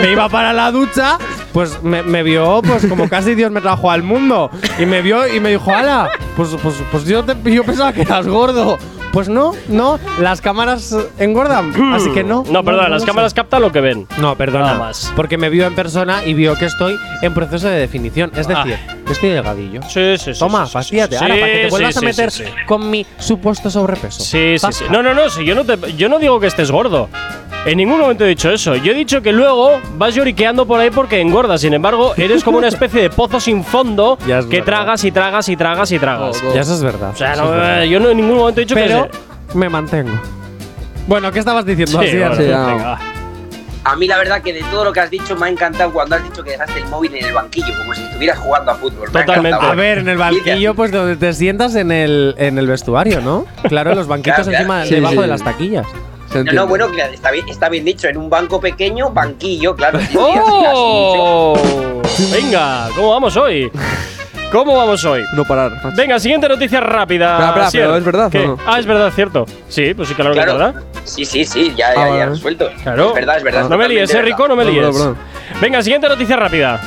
C: Me iba para la ducha, pues me, me vio, pues como casi Dios me trajo al mundo. Y me vio y me dijo, ala, pues, pues, pues yo, te- yo pensaba que eras gordo. Pues no, no, las cámaras engordan, así que no.
B: No, perdona, las
C: sé.
B: cámaras captan lo que ven.
C: No, perdona.
B: Nada más.
C: Porque me vio en persona y vio que estoy en proceso de definición. Es
B: Ah.
C: decir, que estoy delgadillo.
B: Sí, sí, sí.
C: Toma,
B: sí, sí,
C: fastidiate.
B: sí,
C: Ahora, para que te
B: sí,
C: vuelvas
B: sí,
C: a meter
B: Sí, sí.
C: con mi supuesto sobrepeso.
B: Sí, sí, sí.
C: Zasca.
B: No, no, no, si yo no, te, yo no digo que estés gordo. En ningún momento he dicho eso. Yo he dicho que luego vas lloriqueando por ahí porque engordas. Sin embargo, eres como una especie de pozo sin fondo
C: Ya es
B: que
C: verdad.
B: tragas y tragas y tragas y tragas.
C: Ya eso es verdad.
B: O sea,
C: eso
B: no, eh,
C: es verdad.
B: yo no en ningún momento he dicho
C: Pero
B: que…
C: me mantengo. Bueno, ¿qué estabas diciendo?
B: Sí,
C: Asier?
B: bueno,
E: sí, ya.
B: venga.
I: A mí la verdad que de todo lo que has dicho me ha encantado cuando has dicho que dejaste el móvil en el banquillo, como si estuvieras jugando a fútbol. Me ha
B: Totalmente.
I: encantado.
C: A ver, en el banquillo, pues donde te sientas en el, en el vestuario, ¿no? Claro, los banquitos
I: Claro,
C: encima,
I: claro.
E: Sí,
C: debajo
E: sí.
C: de las taquillas.
E: Se
I: No,
E: entiende.
I: no, bueno, claro, está bien, está bien dicho. En un banco pequeño, banquillo, claro. sí, sí, así, así,
B: ¡Oh! Venga, ¿cómo vamos hoy? ¿Cómo vamos hoy?
E: No parar. macho.
B: Venga, siguiente noticia rápida.
E: Espera, espera,
B: Asier.
E: pero ¿es verdad o
B: ¿Qué?
E: no?
B: Ah, es verdad, cierto. Sí, pues sí, claro,
I: sí.
B: que es
I: Claro.
B: verdad.
I: Sí, sí, sí, ya, ya,
E: Ah,
I: ya,
E: vale.
I: resuelto.
B: Claro.
I: Es verdad, es verdad. es
B: No me líes,
I: totalmente
B: eh, Rico, no me
E: Perdón,
B: líes.
E: perdón,
B: Venga, siguiente noticia rápida.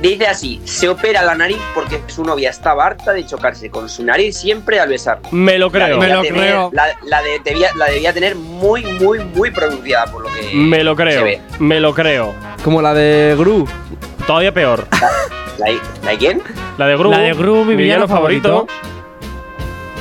I: Dice así, se opera la nariz porque su novia estaba harta de chocarse con su nariz siempre al besar.
B: Me lo creo.
I: La debía
C: Me lo
I: tener-
C: creo.
I: La, la de- debía, la debía tener muy, muy, muy pronunciada, por lo que
B: Me lo
I: se
B: creo.
I: ve.
B: Me lo creo.
E: Como la de Gru.
B: Todavía peor.
I: ¿La, de- la de quién?
B: La de Gru.
C: La de Gru, mi villano favorito.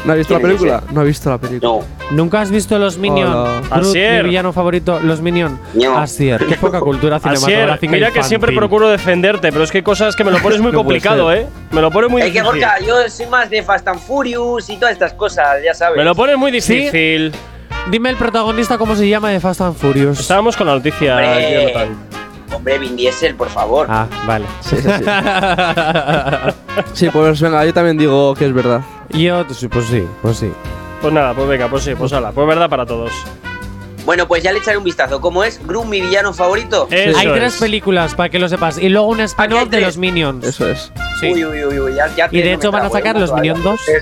E: ¿No ha visto la
I: ¿Quién es ese?
E: película? No ha visto la película.
I: No.
C: ¿Nunca has visto los
E: Hola.
C: Minions? Mi
B: Asier.
C: villano favorito, los Minions.
I: No.
C: Asier, qué poca cultura
B: Asier,
C: cinematográfica.
B: mira que
C: infantil.
B: siempre procuro defenderte, pero es que hay cosas que me lo pones muy
E: No puede
B: complicado,
E: ser.
B: ¿eh? Me lo pones muy
I: es que,
B: difícil.
I: Gorka, yo soy más de Fast and Furious y todas estas cosas, ya sabes.
B: Me lo pones muy
C: ¿Sí?
B: difícil.
C: Dime el protagonista cómo se llama de Fast and Furious.
B: Estábamos con la noticia.
I: Hombre.
B: Jonathan.
I: Hombre, Vin Diesel, por favor.
C: Ah, vale.
E: Sí, sí, sí. sí, pues venga, yo también digo que es verdad.
C: Yo, sí, pues sí, pues sí.
B: Pues nada, pues venga, pues sí, pues hala. Pues verdad para todos.
I: Bueno, pues ya le echaré un vistazo. ¿Cómo es? Gru, mi villano favorito.
B: Eso
C: Hay
B: es.
C: tres películas, para que lo sepas. Y luego un spin-off de
I: tres.
C: los Minions.
E: Eso es.
C: Sí.
I: Uy, uy, uy, uy, ya, ya
C: Y
I: te-
C: de
I: no
C: hecho
I: me
C: van a
I: trago,
C: sacar
I: no,
C: los
I: todavía.
C: Minions 2.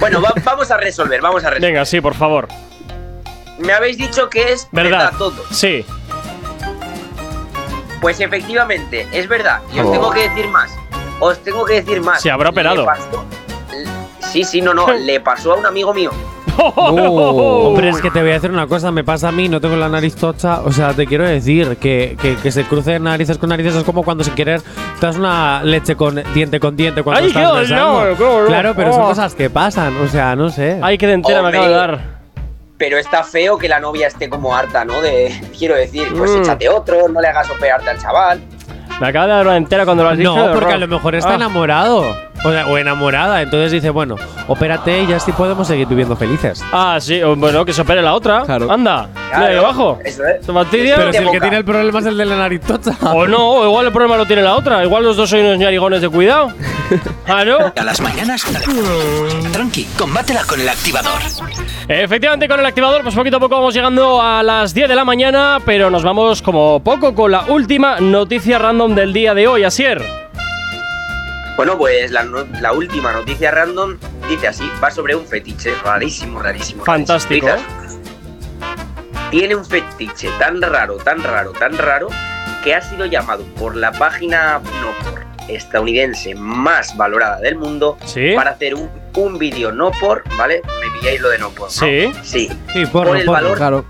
I: Bueno, va- vamos a resolver, vamos a resolver.
B: Venga, sí, por favor.
I: Me habéis dicho que es
B: Verdad.
I: todo.
B: Sí.
I: Pues efectivamente, es verdad. Y os
E: Oh.
I: tengo que decir más. Os tengo que decir más.
B: Se habrá
I: Le
B: operado.
I: pasó- le- sí, sí, no, no. le pasó a un amigo mío.
C: Oh. Hombre, es que te voy a decir una cosa, me pasa a mí, no tengo la nariz tocha, o sea, te quiero decir que, que, que se crucen narices con narices es como cuando sin querer te das una leche con diente con diente cuando
B: ¡Ay,
C: estás
B: qué dolor,
C: besando.
B: qué dolor!
C: Claro, pero son
B: Oh.
C: cosas que pasan, o sea, no sé.
B: Ay, qué dentera me acabo de
I: Hombre.
B: dar.
I: Pero está feo que la novia esté como harta, ¿no? De, quiero decir, pues
B: Mm.
I: échate otro, no le hagas operarte al chaval.
B: Me acaba de dar una entera cuando lo has dicho.
C: no,
B: de
C: porque a
B: horror.
C: lo mejor está
B: Ah.
C: enamorado o, sea, o enamorada, entonces dice, bueno, opérate y así podemos seguir viviendo felices.
B: Ah, sí, o- bueno, que se opere la otra.
E: Claro.
B: Anda, mira ahí
I: Claro,
B: abajo.
I: Eso es. Pero
B: Somatidia.
C: Pero si el que
I: boca.
C: tiene el problema es el de la nariz tocha.
B: O no, o igual el problema lo tiene la otra. Igual los dos sois unos ñarigones de cuidado. Ah, ¿no?
A: A las mañanas. Tranqui, combátela con el activador.
B: Efectivamente, con el activador, pues poquito a poco vamos llegando a las 10 de la mañana, pero nos vamos como poco con la última noticia random del día de hoy, Asier.
I: Bueno, pues la, no- la última noticia random dice así, va sobre un fetiche, rarísimo, rarísimo. rarísimo.
B: Fantástico.
I: Dice, Tiene un fetiche tan raro, tan raro, tan raro, que ha sido llamado por la página no por estadounidense más valorada del mundo
B: Sí.
I: para hacer un, un vídeo no por, ¿vale? Me pilláis lo de no por. ¿no?
B: Sí.
I: Sí.
C: Sí, porno,
I: Por el
C: porno,
I: valor.
E: Claro.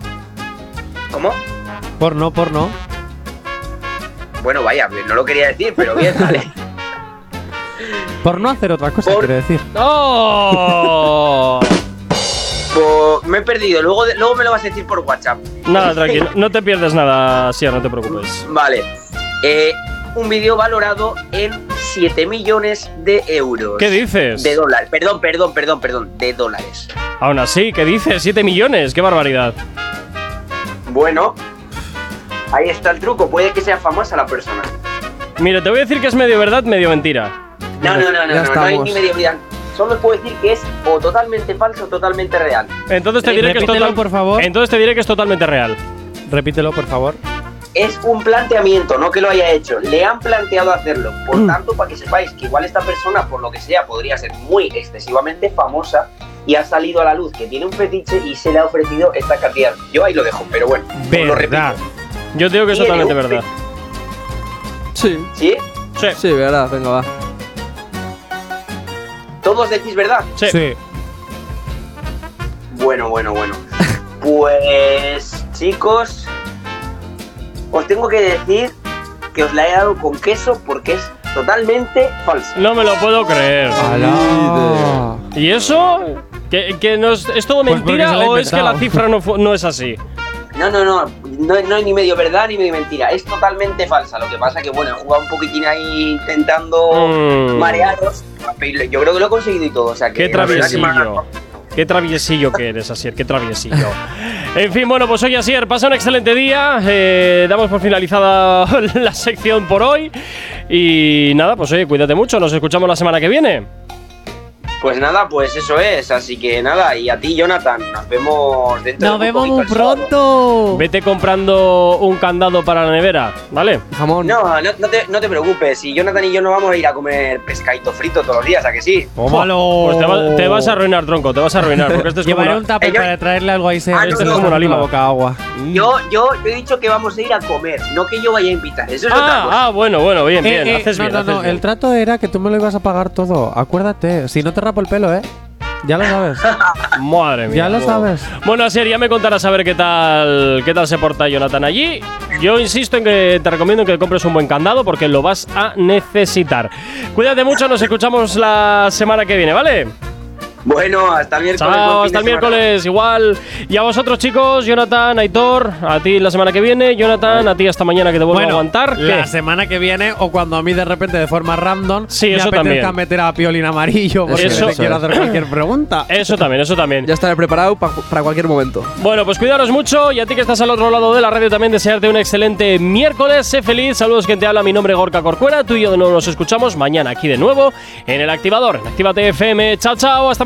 I: ¿Cómo?
C: porno, porno.
I: Bueno, vaya, no lo quería decir, pero bien, vale.
C: Por no hacer otra cosa,
I: Por-
C: quiero decir.
B: ¡Oh!
I: Po- Pues me he perdido. Luego, de- luego me lo vas a decir por WhatsApp.
B: Nada, tranquilo. No te pierdes nada, Sia, no te preocupes.
I: Vale. Eh, un vídeo valorado en 7 millones de euros.
B: ¿Qué dices?
I: Pues, De dólares. Perdón, perdón, perdón, perdón. De dólares.
B: Aún así, ¿qué dices? 7 millones, qué barbaridad.
I: Bueno. Ahí está el truco. Puede que sea famosa la persona.
B: Mira, te voy a decir que es medio verdad, medio mentira.
I: No, no, no, no,
B: Ya
I: no, no hay
B: estamos.
I: ni medio vida. Solo os puedo decir que es o totalmente falso o totalmente real.
B: Entonces te diré que es
I: Repítelo,
B: total- Entonces te diré que es totalmente real.
C: Repítelo, por favor.
I: Es un planteamiento, no que lo haya hecho. Le han planteado hacerlo. Por tanto, para que sepáis que igual esta persona, por lo que sea, podría ser muy excesivamente famosa y ha salido a la luz que tiene un fetiche y se le ha ofrecido esta cantidad. Yo ahí lo dejo, pero bueno. os Pues lo repito.
B: Yo te digo que es
I: Tiene
B: totalmente
I: un
B: verdad.
E: Sí.
I: ¿Sí?
B: Sí.
E: Sí, verdad, venga, va.
I: ¿Todos decís verdad?
C: Sí.
I: Bueno, bueno, bueno. Pues, chicos, os tengo que decir que os la he dado con queso porque es totalmente falsa.
B: No me lo puedo creer.
E: Ah.
B: ¿Y eso? ¿Que, que no es, es todo
I: porque
B: mentira
I: se lo ha
B: o es que
I: inventado.
B: la cifra no, fu- no es así?
I: No, no, no, no, no hay ni medio verdad ni medio mentira, es totalmente falsa. Lo que pasa que, bueno, he jugado un poquitín ahí intentando
B: Mm.
I: marearos, pero yo creo que lo he conseguido y todo. O sea, que
B: Qué
I: la verdad que me ha-
B: traviesillo. Qué traviesillo que eres, Asier, qué traviesillo. En fin, bueno, pues oye, Asier, pasa un excelente día. eh, damos por finalizada la sección por hoy. Y nada, pues oye, cuídate mucho. Nos escuchamos la semana que viene.
I: Pues nada, pues eso es, así que nada, y a ti, Jonathan, nos vemos dentro de un poquito el sábado.
B: pronto. Vete comprando un candado para la nevera, ¿vale?
E: Jamón.
I: No, no, no te, no te preocupes, si Jonathan y yo no vamos a ir a comer pescadito frito todos los días, ¿a que sí?
C: Tómalo.
B: Pues te, va- te vas a arruinar, tronco, te vas a arruinar. Porque esto es como
C: Llevaré
B: una-
C: un tupper para traerle algo ahí. Se
I: Ah, no,
C: esto
I: no,
C: como
B: no,
C: una
B: no.
C: lima boca agua.
B: Mm.
I: Yo, yo, yo he dicho que vamos a ir a comer, no que yo vaya a invitar, eso es otra cosa.
B: Ah, ah, bueno, bueno, bien,
C: Eh,
B: bien.
C: eh,
B: haces
C: no,
B: bien.
C: no,
B: haces
C: no.
B: bien.
C: El trato era que tú me lo ibas a pagar todo. Acuérdate. Si no te rapo el pelo, ¿eh? Ya lo sabes.
B: Madre mía.
C: Ya lo
B: Wow.
C: sabes.
B: Bueno, Asier, ya me contarás a ver qué tal, qué tal se porta Jonathan allí. Yo insisto en que te recomiendo que compres un buen candado porque lo vas a necesitar. Cuídate mucho, nos escuchamos la semana que viene, ¿vale?
I: Bueno, hasta el miércoles.
B: Chao,
I: buen fin
B: hasta el
I: de semana.
B: miércoles, igual. Y a vosotros, chicos, Jonathan, Aitor, a ti la semana que viene, Jonathan, a ti hasta mañana que te vuelvo a aguantar.
C: la
B: ¿Qué?
C: semana que viene o cuando a mí de repente de forma random
B: Sí,
C: me
B: eso
C: apetezca
B: también.
C: meter a Piolín Amarillo porque
B: Eso-
C: te quiero hacer cualquier pregunta.
B: Eso también, eso también.
E: Ya estaré preparado pa- para cualquier momento.
B: Bueno, pues cuidaros mucho y a ti que estás al otro lado de la radio también desearte un excelente miércoles. Sé feliz, saludos quien te habla, mi nombre es Gorka Corcuera, tú y yo de nuevo nos escuchamos mañana aquí de nuevo en el activador, en Actívate FM. Chao, chao, hasta